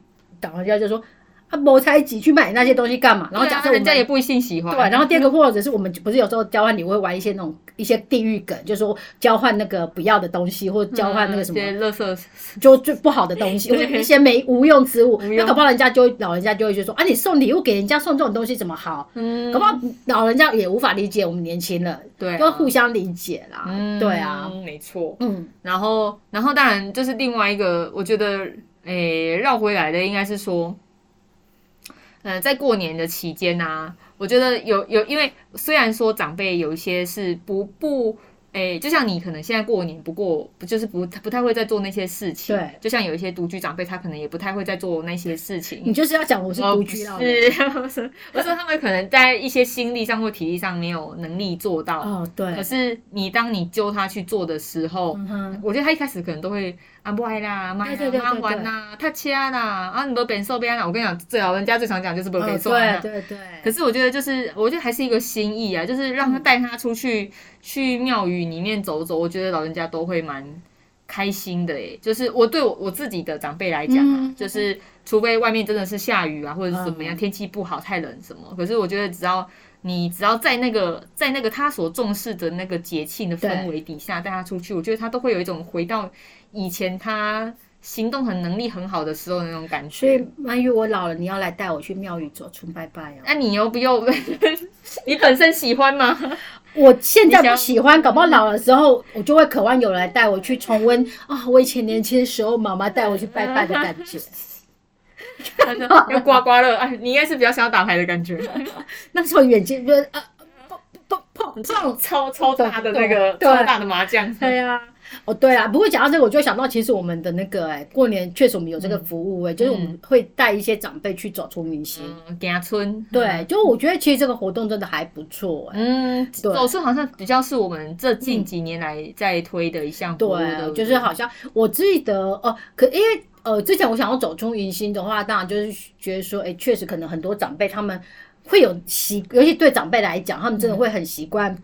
Speaker 3: 老人家就说啊，某猜忌去买那些东西干嘛？然后
Speaker 2: 对啊
Speaker 3: 假设我们
Speaker 2: 人家也不一啊定喜欢，
Speaker 3: 对，啊然后第二个或者是我们不是有时候交换礼物会玩一些那种一些地域梗，就是说交换那个不要的东西，或交换那个什么
Speaker 2: 些垃圾，
Speaker 3: 就最不好的 东西，或者
Speaker 2: 对
Speaker 3: 一些没无用之物，
Speaker 2: 无用
Speaker 3: 那搞不好人家就会老人家就会觉得说啊，你送礼物给人家送这种东西怎么好？
Speaker 2: 嗯
Speaker 3: 搞不好老人家也无法理解我们年轻人，
Speaker 2: 对啊，
Speaker 3: 要互相理解啦，
Speaker 2: 嗯
Speaker 3: 对啊，，
Speaker 2: 没错。
Speaker 3: 嗯，
Speaker 2: 然后然后当然就是另外一个，我觉得诶绕回来的应该是说，呃，在过年的期间呐，我觉得有有，因为虽然说长辈有一些是不不。诶，就像你可能现在过年，不过不就是不不太会再做那些事情。
Speaker 3: 对，
Speaker 2: 就像有一些独居长辈，他可能也不太会再做那些事情。
Speaker 3: 你就是要讲我是
Speaker 2: 哦
Speaker 3: 独
Speaker 2: 不
Speaker 3: 居老人，
Speaker 2: 是， 我说我说他们可能在一些心力上或体力上没有能力做到，
Speaker 3: 哦，对，
Speaker 2: 可是你当你揪他去做的时候，
Speaker 3: 嗯哼，
Speaker 2: 我觉得他一开始可能都会啊不爱啦，妈呀
Speaker 3: 对对对
Speaker 2: 妈
Speaker 3: 对
Speaker 2: 玩
Speaker 3: 对
Speaker 2: 啦，他掐啦，啊你不变瘦变啦。我跟你讲，最好人家最常讲就是不
Speaker 3: 哦
Speaker 2: 变瘦
Speaker 3: 对
Speaker 2: 啦。
Speaker 3: 对对，
Speaker 2: 可是我觉得就是，我觉得还是一个心意啊，就是让
Speaker 3: 嗯
Speaker 2: 他带他出去、去庙宇里面走走，我觉得老人家都会蛮开心的诶。就是我对我我自己的长辈来讲啊，
Speaker 3: 嗯
Speaker 2: 就是除非外面真的是下雨啊，或者是怎么样，
Speaker 3: 嗯
Speaker 2: 天气不好太冷什么，可是我觉得只要。你只要在那个在那个他所重视的那个节庆的氛围底下带他出去，我觉得他都会有一种回到以前他行动很能力很好的时候的那种感觉。
Speaker 3: 所以曼玉，我老了，你要来带我去庙宇走村拜拜
Speaker 2: 那、
Speaker 3: 啊！
Speaker 2: 你又不用， 你本身喜欢吗？
Speaker 3: 我现在
Speaker 2: 你想
Speaker 3: 不喜欢，搞不好老了之后，我就会渴望有人来带我去重温啊、我以前年轻的时候妈妈带我去拜拜的感 觉。
Speaker 2: 要刮刮乐，哎，你应该是比较想要打牌的感 觉，
Speaker 3: 那时候眼睛就是啊，砰砰砰砰！
Speaker 2: 超超大的那个
Speaker 3: 对
Speaker 2: 超大的麻将，
Speaker 3: 对呀、啊，哦对啊，不过讲到这个，我就想到其实我们的那个哎、过年确实我们有这个服务哎、就是我们会带一些长辈去走出明星。
Speaker 2: 嗯，给他村，
Speaker 3: 对，就我觉得其实这个活动真的还不错哎、
Speaker 2: 嗯，
Speaker 3: 对嗯
Speaker 2: 走村好像比较是我们这近几年来在推的一项服务
Speaker 3: 哦对，
Speaker 2: 的，
Speaker 3: 就是好像我记得哦、呃可因为呃，之前我想要走出云星的话，当然就是觉得说，哎、确实可能很多长辈他们会有习，尤其对长辈来讲，他们真的会很习惯。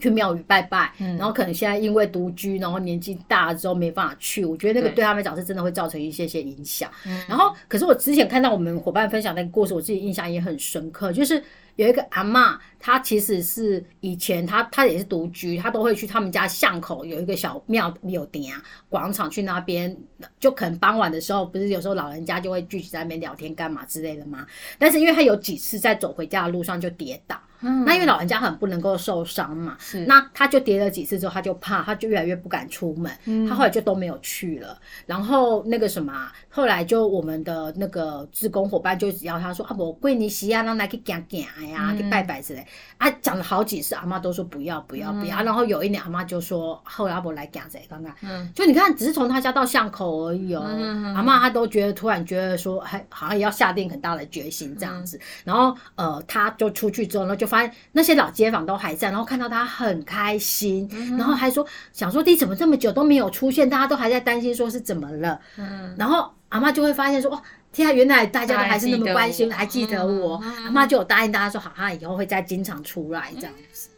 Speaker 3: 去庙宇拜拜，
Speaker 2: 嗯
Speaker 3: 然后可能现在因为独居，然后年纪大了之后没办法去，我觉得那个
Speaker 2: 对
Speaker 3: 对他们来讲是真的会造成一些些影响。
Speaker 2: 嗯
Speaker 3: 然后，可是我之前看到我们伙伴分享那个故事，我自己印象也很深刻，就是有一个阿嬷，她其实是以前她她也是独居，她都会去他们家巷口有一个小庙有顶啊广场去那边，就可能傍晚的时候，不是有时候老人家就会聚集在那边聊天干嘛之类的吗？但是因为她有几次在走回家的路上就跌倒，
Speaker 2: 嗯
Speaker 3: 那因为老人家很不能够受伤嘛，
Speaker 2: 是
Speaker 3: 那他就跌了几次之后，他就怕，他就越来越不敢出门，
Speaker 2: 嗯
Speaker 3: 他后来就都没有去了。然后那个什么、啊，后来就我们的那个志工伙伴就只要他说啊，我跪你洗啊，让来去行行呀、
Speaker 2: 嗯
Speaker 3: 去拜拜之类。啊，讲了好几次，阿妈都说不要不要不要。啊然后有一年阿妈就说，后来我来讲谁看看。
Speaker 2: 嗯
Speaker 3: 就你看，只是从他家到巷口而已哦。
Speaker 2: 嗯嗯嗯
Speaker 3: 阿妈她都觉得突然觉得说，还好像也要下定很大的决心这样子。然后呃，她就出去之后，然后就发现那些老街坊都还在，然后看到她很开心，然后还说想说你怎么这么久都没有出现，大家都还在担心说是怎么了。
Speaker 2: 嗯，
Speaker 3: 然后阿妈就会发现说，哇，天啊，原来大家都还是那么关心，还
Speaker 2: 还
Speaker 3: 记
Speaker 2: 记
Speaker 3: 得
Speaker 2: 得
Speaker 3: 我
Speaker 2: 我。嗯嗯嗯
Speaker 3: 阿妈就有答应大家说，好，她以后会再经常出来这样子。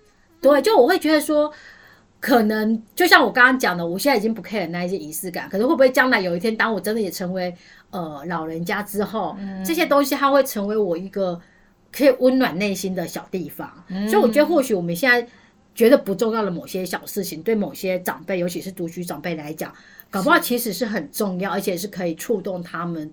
Speaker 3: 对，就我会觉得说，可能就像我刚刚讲的，我现在已经不 care 那一些仪式感，可是会不会将来有一天，当我真的也成为呃老人家之后，这些东西它会成为我一个可以温暖内心的小地方。所以我觉得，或许我们现在。觉得不重要的某些小事情，对某些长辈，尤其是独居长辈来讲，搞不好其实是很重要，而且是可以触动他们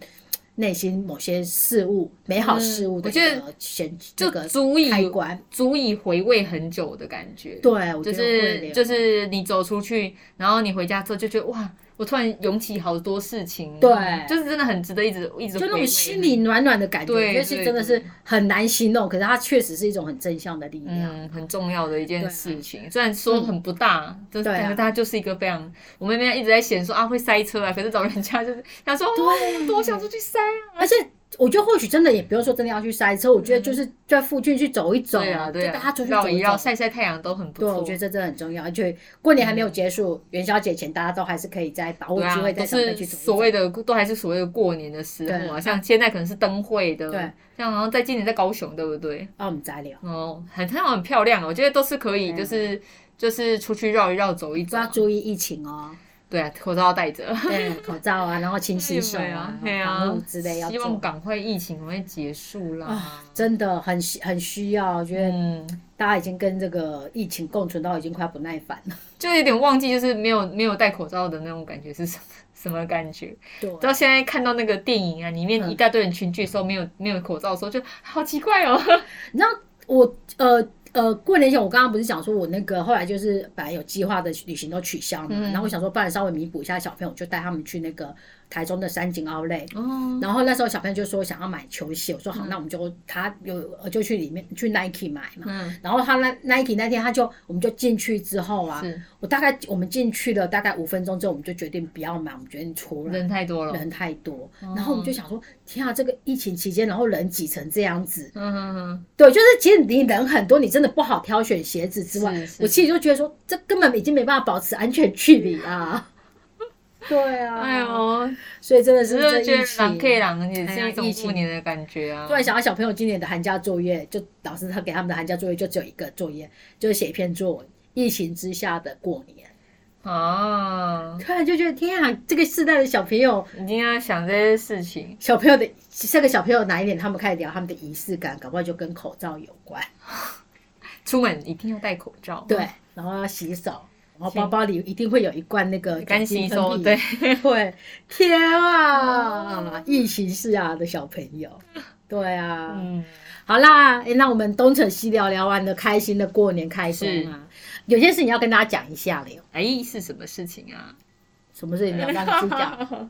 Speaker 3: 内心某些事物、美好事物的
Speaker 2: 嗯我
Speaker 3: 一
Speaker 2: 觉得
Speaker 3: 个前这
Speaker 2: 就
Speaker 3: 个
Speaker 2: 足以
Speaker 3: 开关。
Speaker 2: 足以回味很久的感觉。
Speaker 3: 对，我
Speaker 2: 就
Speaker 3: 觉得会
Speaker 2: 是
Speaker 3: 的
Speaker 2: 就是你走出去，然后你回家之后就觉得哇，我突然涌起好多事情，
Speaker 3: 对
Speaker 2: 就是真的很值得一直一直回
Speaker 3: 就那种
Speaker 2: 味
Speaker 3: 心里暖暖的感觉，我
Speaker 2: 对
Speaker 3: 觉得是
Speaker 2: 对
Speaker 3: 真的是很难形容，可是它确实是一种很正向的力量。
Speaker 2: 嗯很重要的一
Speaker 3: 对
Speaker 2: 件
Speaker 3: 啊嗯
Speaker 2: 事情。虽然说很不大，就是
Speaker 3: 对啊
Speaker 2: 感觉大家就是一个非常，我们那边一直在嫌说啊会塞车啊，可是老人家就是想说
Speaker 3: 对
Speaker 2: 哦，多想出去塞啊，
Speaker 3: 而且我觉得或许真的也不用说真的要去塞车，我觉得就是在附近去走一走，
Speaker 2: 嗯对啊对
Speaker 3: 就
Speaker 2: 啊，
Speaker 3: 大家出去
Speaker 2: 绕
Speaker 3: 走
Speaker 2: 一
Speaker 3: 一
Speaker 2: 绕
Speaker 3: 走。
Speaker 2: 晒晒太阳都很不
Speaker 3: 对，啊
Speaker 2: 错。嗯
Speaker 3: 我觉得这真的很重要，而且过年还没有结束，元宵节前大家都还是可以再把握
Speaker 2: 对
Speaker 3: 机
Speaker 2: 啊，
Speaker 3: 会再
Speaker 2: 都
Speaker 3: 长辈去
Speaker 2: 是
Speaker 3: 走一走。
Speaker 2: 所谓的都还是所谓的过年的时候
Speaker 3: 对
Speaker 2: 啊，像现在可能是灯会的，
Speaker 3: 对，
Speaker 2: 像好像在今年在高雄，对不对？
Speaker 3: 啊，我们再聊，
Speaker 2: 哦，很很好，很漂亮，我觉得都是可以，
Speaker 3: 对啊
Speaker 2: 就是就是出去绕一绕，走一
Speaker 3: 不
Speaker 2: 走
Speaker 3: 要
Speaker 2: 啊，
Speaker 3: 注意疫情哦。
Speaker 2: 对啊，口罩要戴着，
Speaker 3: 对，口罩啊，然后勤 洗手啊，
Speaker 2: 对啊
Speaker 3: 防护，之类要
Speaker 2: 希望
Speaker 3: 做。啊
Speaker 2: 赶快疫情赶快结束啦。
Speaker 3: 真的很需很需要，我觉得
Speaker 2: 嗯，
Speaker 3: 大家已经跟这个疫情共存到已经快不耐烦了。
Speaker 2: 就有点忘记，就是没有没有戴口罩的那种感觉是什么 什么感觉。
Speaker 3: 对
Speaker 2: 到现在看到那个电影啊，里面
Speaker 3: 嗯
Speaker 2: 一大堆人群聚的时候，没有没有口罩的时候，就好奇怪哦。
Speaker 3: 你知道我呃呃过年前我刚刚不是讲说我那个后来就是本来有计划的旅行都取消嘛，
Speaker 2: 嗯
Speaker 3: 然后我想说不然稍微弥补一下小朋友，我就带他们去那个台中的三井奥莱。
Speaker 2: 哦，
Speaker 3: 然后那时候小朋友就说想要买球鞋，我说
Speaker 2: 嗯
Speaker 3: 好，那我们就他有呃就去里面去 Nike 买嘛。
Speaker 2: 嗯，
Speaker 3: 然后他那 Nike 那天他就我们就进去之后啊，
Speaker 2: 是
Speaker 3: 我大概我们进去了大概五分钟之后，我们就决定不要买，我们决定出来，
Speaker 2: 人太多了。哦
Speaker 3: 人太多。然后我们就想说，天啊，这个疫情期间，然后人挤成这样子，
Speaker 2: 嗯嗯嗯，
Speaker 3: 对，就是其实你人很多，你真的不好挑选鞋子之外
Speaker 2: 是，是
Speaker 3: 我其实就觉得说，这根本已经没办法保持安全距离啊。对啊，
Speaker 2: 哎，呦，
Speaker 3: 所以真的
Speaker 2: 只
Speaker 3: 是这
Speaker 2: 是觉
Speaker 3: 疫
Speaker 2: 得狼
Speaker 3: 情。
Speaker 2: K 狼也
Speaker 3: 哎呀
Speaker 2: 是一
Speaker 3: 疫
Speaker 2: 种
Speaker 3: 情
Speaker 2: 过年的感觉啊。
Speaker 3: 突然想到小朋友今年的寒假作业，就老师他给他们的寒假作业就只有一个作业，就是写一篇作文。疫情之下的过年，
Speaker 2: 啊，
Speaker 3: 突然就觉得天啊，这个世代的小朋友，
Speaker 2: 一定要想这些事情。
Speaker 3: 小朋友的这个小朋友哪一点，他们开始聊他们的仪式感，搞不好就跟口罩有关。
Speaker 2: 出门一定要戴口罩。
Speaker 3: 对，，然后要洗手，然后包包里一定会有一罐那个
Speaker 2: 干洗
Speaker 3: 酒精
Speaker 2: 手。
Speaker 3: 喷
Speaker 2: 对
Speaker 3: 剂， 对，天啊，疫情下的小朋友，对啊，
Speaker 2: 哦嗯，
Speaker 3: 好啦，诶那我们东扯西聊聊完了，开心的过年开心啊，有件事情要跟大家讲一下了哟，
Speaker 2: 哎，是什么事情啊？
Speaker 3: 什么事情你要跟自己讲？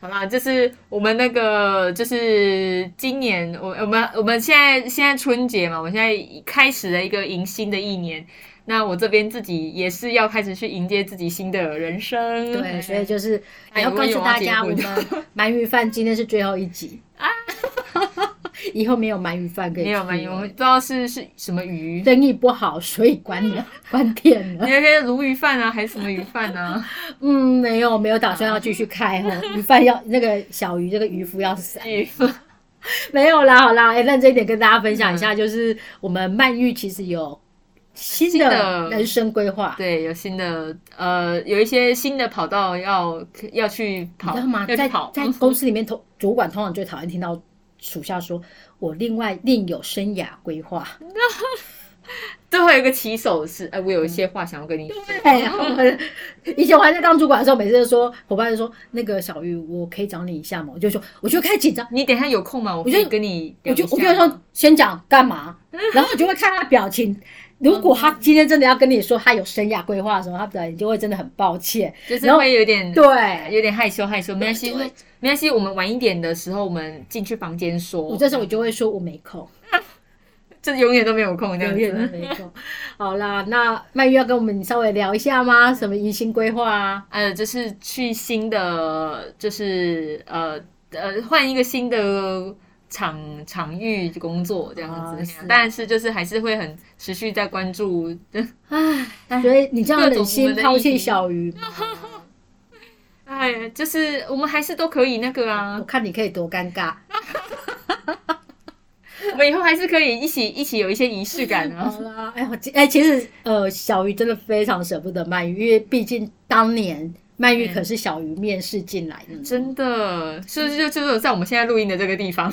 Speaker 2: 好啦，就是我们那个，就是今年我我们我们现在现在春节嘛，我们现在开始了一个迎新的一年。那我这边自己也是要开始去迎接自己新的人生。
Speaker 3: 对，嗯所以就是
Speaker 2: 哎
Speaker 3: 要
Speaker 2: 如
Speaker 3: 告
Speaker 2: 果
Speaker 3: 诉
Speaker 2: 有
Speaker 3: 大
Speaker 2: 要结
Speaker 3: 家，我
Speaker 2: 婚
Speaker 3: 们 鳗鱼饭今天是最后一集啊， 以后没有鳗鱼饭可以
Speaker 2: 没有
Speaker 3: 吃
Speaker 2: 没有，
Speaker 3: 了
Speaker 2: 我们不知道是是什么 鱼，
Speaker 3: 生意不好，所以关 了，关店了。
Speaker 2: 那些鲈鱼饭啊，还是什么鱼饭啊？
Speaker 3: 嗯，没有没有打算要继续开哦，鱼贩要那个小鱼这个渔夫要散，
Speaker 2: 鲫鱼饭
Speaker 3: 没有啦，好啦，哎、认真一点跟大家分享一
Speaker 2: 嗯
Speaker 3: 下，就是我们曼玉其实有新
Speaker 2: 啊新
Speaker 3: 的
Speaker 2: 的
Speaker 3: 人生规划，
Speaker 2: 对，有新的呃，有一些新的跑道要要去
Speaker 3: 你
Speaker 2: 跑，
Speaker 3: 知道吗？
Speaker 2: 要
Speaker 3: 在
Speaker 2: 去跑，嗯
Speaker 3: 在公司里面，同主管通常最讨厌听到属下说我另外另有生涯规划，
Speaker 2: 最后一个起手是，哎、我有一些话想要跟你说。
Speaker 3: 哎，我们以前我还在当主管的时候，每次都说伙伴就说那个小玉，我可以找你一下吗？我就说，我就开始紧张，
Speaker 2: 你等一下有空吗？我可
Speaker 3: 我
Speaker 2: 以
Speaker 3: 就
Speaker 2: 跟你聊一
Speaker 3: 我
Speaker 2: 下
Speaker 3: 就我就说先讲干嘛， 然后你就会看他表情。如果
Speaker 2: 嗯
Speaker 3: 他今天真的要跟你说他有生涯规划的时候，他表情就会真的很抱歉。
Speaker 2: 就是
Speaker 3: 然后
Speaker 2: 会有点
Speaker 3: 对，
Speaker 2: 有点害羞害羞，没关系，
Speaker 3: 对
Speaker 2: 没关系，我们晚一点的时候我们进去房间说。
Speaker 3: 我这时候我就会说我没空，
Speaker 2: 这永远都没有空这样
Speaker 3: 永远都
Speaker 2: 子。
Speaker 3: 没空。好啦，那曼玉要跟我们稍微聊一下
Speaker 2: 嗯
Speaker 3: 吗？什么迎新规划啊？
Speaker 2: 呃，就是去新的，就是呃呃，换一个新的场场域工作这样
Speaker 3: 啊
Speaker 2: 子，
Speaker 3: 是
Speaker 2: 但是就是还是会很持续在关注。
Speaker 3: 唉，所以你这样
Speaker 2: 各种
Speaker 3: 忍
Speaker 2: 我
Speaker 3: 心
Speaker 2: 们的
Speaker 3: 抛
Speaker 2: 议
Speaker 3: 弃
Speaker 2: 题
Speaker 3: 小鱼吗，
Speaker 2: 哎呀，就是我们还是都可以那个啊
Speaker 3: 我，看你可以多尴尬。
Speaker 2: 我们以后还是可以一起一起有一些仪式感啊
Speaker 3: 好。啦，哎，我其哎，其实呃，小鱼真的非常舍不得鳗鱼，因为毕竟当年鳗鱼
Speaker 2: 嗯
Speaker 3: 可是小鱼面试进来的，
Speaker 2: 真的，是不是就就是在我们现在录音的这个地方？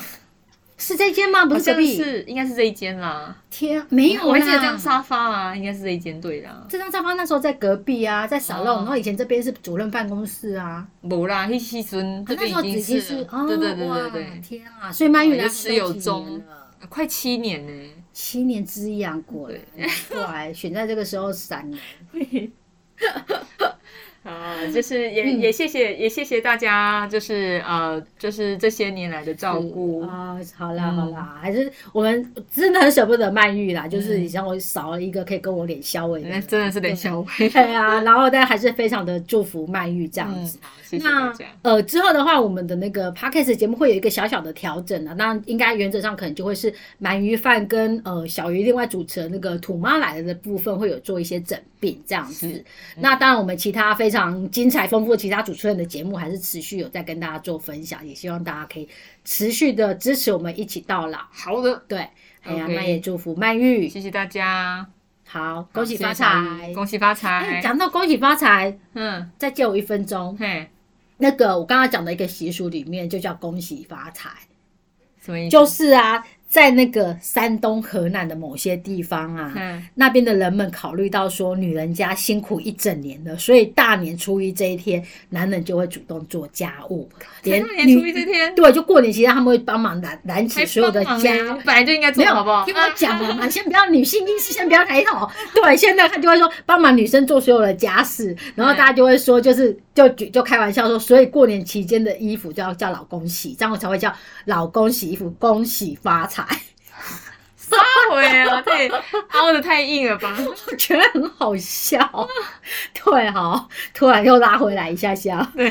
Speaker 3: 是这间吗？不
Speaker 2: 好
Speaker 3: 是隔
Speaker 2: 像
Speaker 3: 壁？
Speaker 2: 是应该是这一间啦，
Speaker 3: 天啊，没有啦，
Speaker 2: 我还记得这张沙发啊，应该是这一间对啦。
Speaker 3: 这张沙发那时候在隔壁啊，在沙龙，
Speaker 2: 哦
Speaker 3: 然后以前这边是主任办公室啊，
Speaker 2: 无啦，迄时阵这
Speaker 3: 那
Speaker 2: 边
Speaker 3: 时候已
Speaker 2: 已
Speaker 3: 经
Speaker 2: 经
Speaker 3: 是
Speaker 2: 了
Speaker 3: 哦，
Speaker 2: 对对对对
Speaker 3: 哇
Speaker 2: 对，
Speaker 3: 天啊，所以鳗鱼来
Speaker 2: 有始有终
Speaker 3: 几年了
Speaker 2: 快七年呢。
Speaker 3: 七年之痒果然，过来选在这个时候闪人。
Speaker 2: 啊，就是也、
Speaker 3: 嗯
Speaker 2: 也谢谢也谢谢大家，就是呃，就是这些年来的照顾。
Speaker 3: 啊、好啦
Speaker 2: 嗯
Speaker 3: 好啦，还是我们真的很舍不得曼玉啦，就是你让我少了一个可以跟我脸消尾的
Speaker 2: 那
Speaker 3: 人，
Speaker 2: 真的是冷笑话。
Speaker 3: 对啊，然后但还是非常的祝福曼玉这样
Speaker 2: 嗯
Speaker 3: 子。，
Speaker 2: 好谢谢大
Speaker 3: 那
Speaker 2: 家。
Speaker 3: 呃，之后的话，我们的那个 podcast 节目会有一个小小的调整啊。那应该原则上可能就会是鳗鱼饭跟呃小鱼另外主持的那个土妈来了的部分会有做一些整并这样子。
Speaker 2: 是嗯
Speaker 3: 那当然，我们其他非常精彩丰富的其他主持人的节目还是持续有在跟大家做分享，也希望大家可以持续的支持我们一起到老。
Speaker 2: 好的，
Speaker 3: 对，哎呀，
Speaker 2: OK
Speaker 3: 那也祝福曼玉，
Speaker 2: 谢谢大家，
Speaker 3: 好，恭喜
Speaker 2: 谢谢
Speaker 3: 发
Speaker 2: 小雨
Speaker 3: 财。
Speaker 2: 恭喜发
Speaker 3: 哎
Speaker 2: 财。
Speaker 3: 讲到恭喜发财，
Speaker 2: 嗯，
Speaker 3: 再借我一分钟。
Speaker 2: 嘿，
Speaker 3: 那个我刚刚讲的一个习俗里面就叫恭喜发财，
Speaker 2: 什么意思？
Speaker 3: 就是啊，在那个山东、河南的某些地方啊，
Speaker 2: 嗯，
Speaker 3: 那边的人们考虑到说女人家辛苦一整年了，所以大年初一这一天，男人就会主动做家务，
Speaker 2: 在
Speaker 3: 连
Speaker 2: 大年初一
Speaker 3: 女
Speaker 2: 这天，
Speaker 3: 对，就过年期间他们会帮忙揽揽
Speaker 2: 还
Speaker 3: 起所有的
Speaker 2: 帮忙
Speaker 3: 家
Speaker 2: 欸本来就应该做
Speaker 3: 没有，
Speaker 2: 好不好？啊
Speaker 3: 听我讲完嘛，先 不要女性意识，先不要抬头。对，现在他就会说帮忙女生做所有的家事，然后大家就会说，就是就举就开玩笑说，所以过年期间的衣服就要叫老公洗，这样我才会叫老公洗衣服，恭喜发财。
Speaker 2: 对啊，这也凹的太硬了吧？
Speaker 3: 我觉得很好笑。对，好，突然又拉回来一下 下。
Speaker 2: 对，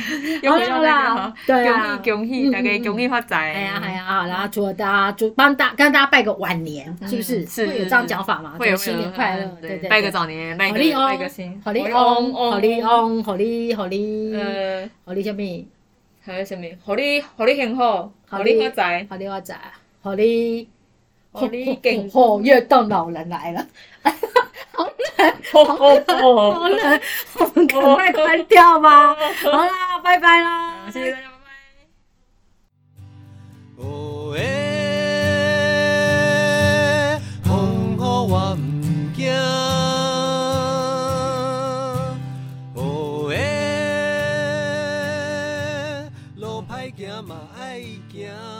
Speaker 2: 又回到那个
Speaker 3: 好啦
Speaker 2: 哈
Speaker 3: 对啊
Speaker 2: 恭喜恭喜，
Speaker 3: 嗯
Speaker 2: 大家
Speaker 3: 嗯
Speaker 2: 恭喜发财。
Speaker 3: 哎呀，哎呀，好啦，祝大家祝帮大跟大家拜个晚年，是不是？
Speaker 2: 嗯是
Speaker 3: 会有这样讲法吗？
Speaker 2: 会有嗯
Speaker 3: 新年快乐，对对，
Speaker 2: 拜个
Speaker 3: 对
Speaker 2: 早年，拜
Speaker 3: 好
Speaker 2: 个
Speaker 3: 利
Speaker 2: 拜个
Speaker 3: 翁
Speaker 2: 新，，
Speaker 3: 好利翁，好利
Speaker 2: 哦，
Speaker 3: 翁，好利好利
Speaker 2: 呃，
Speaker 3: 好利什么？
Speaker 2: 还有什么？好利好利幸福，
Speaker 3: 好
Speaker 2: 好利
Speaker 3: 利
Speaker 2: 发财，
Speaker 3: 好利我仔，好利
Speaker 2: 好利健康，
Speaker 3: 哦，越动老人来了，
Speaker 2: 好好好
Speaker 3: 老， 人，我们赶快关掉吧。好啦，拜拜啦，
Speaker 2: 谢谢大家，拜拜。
Speaker 1: 哦耶，风雨我毋惊。哦耶，路歹行嘛爱行。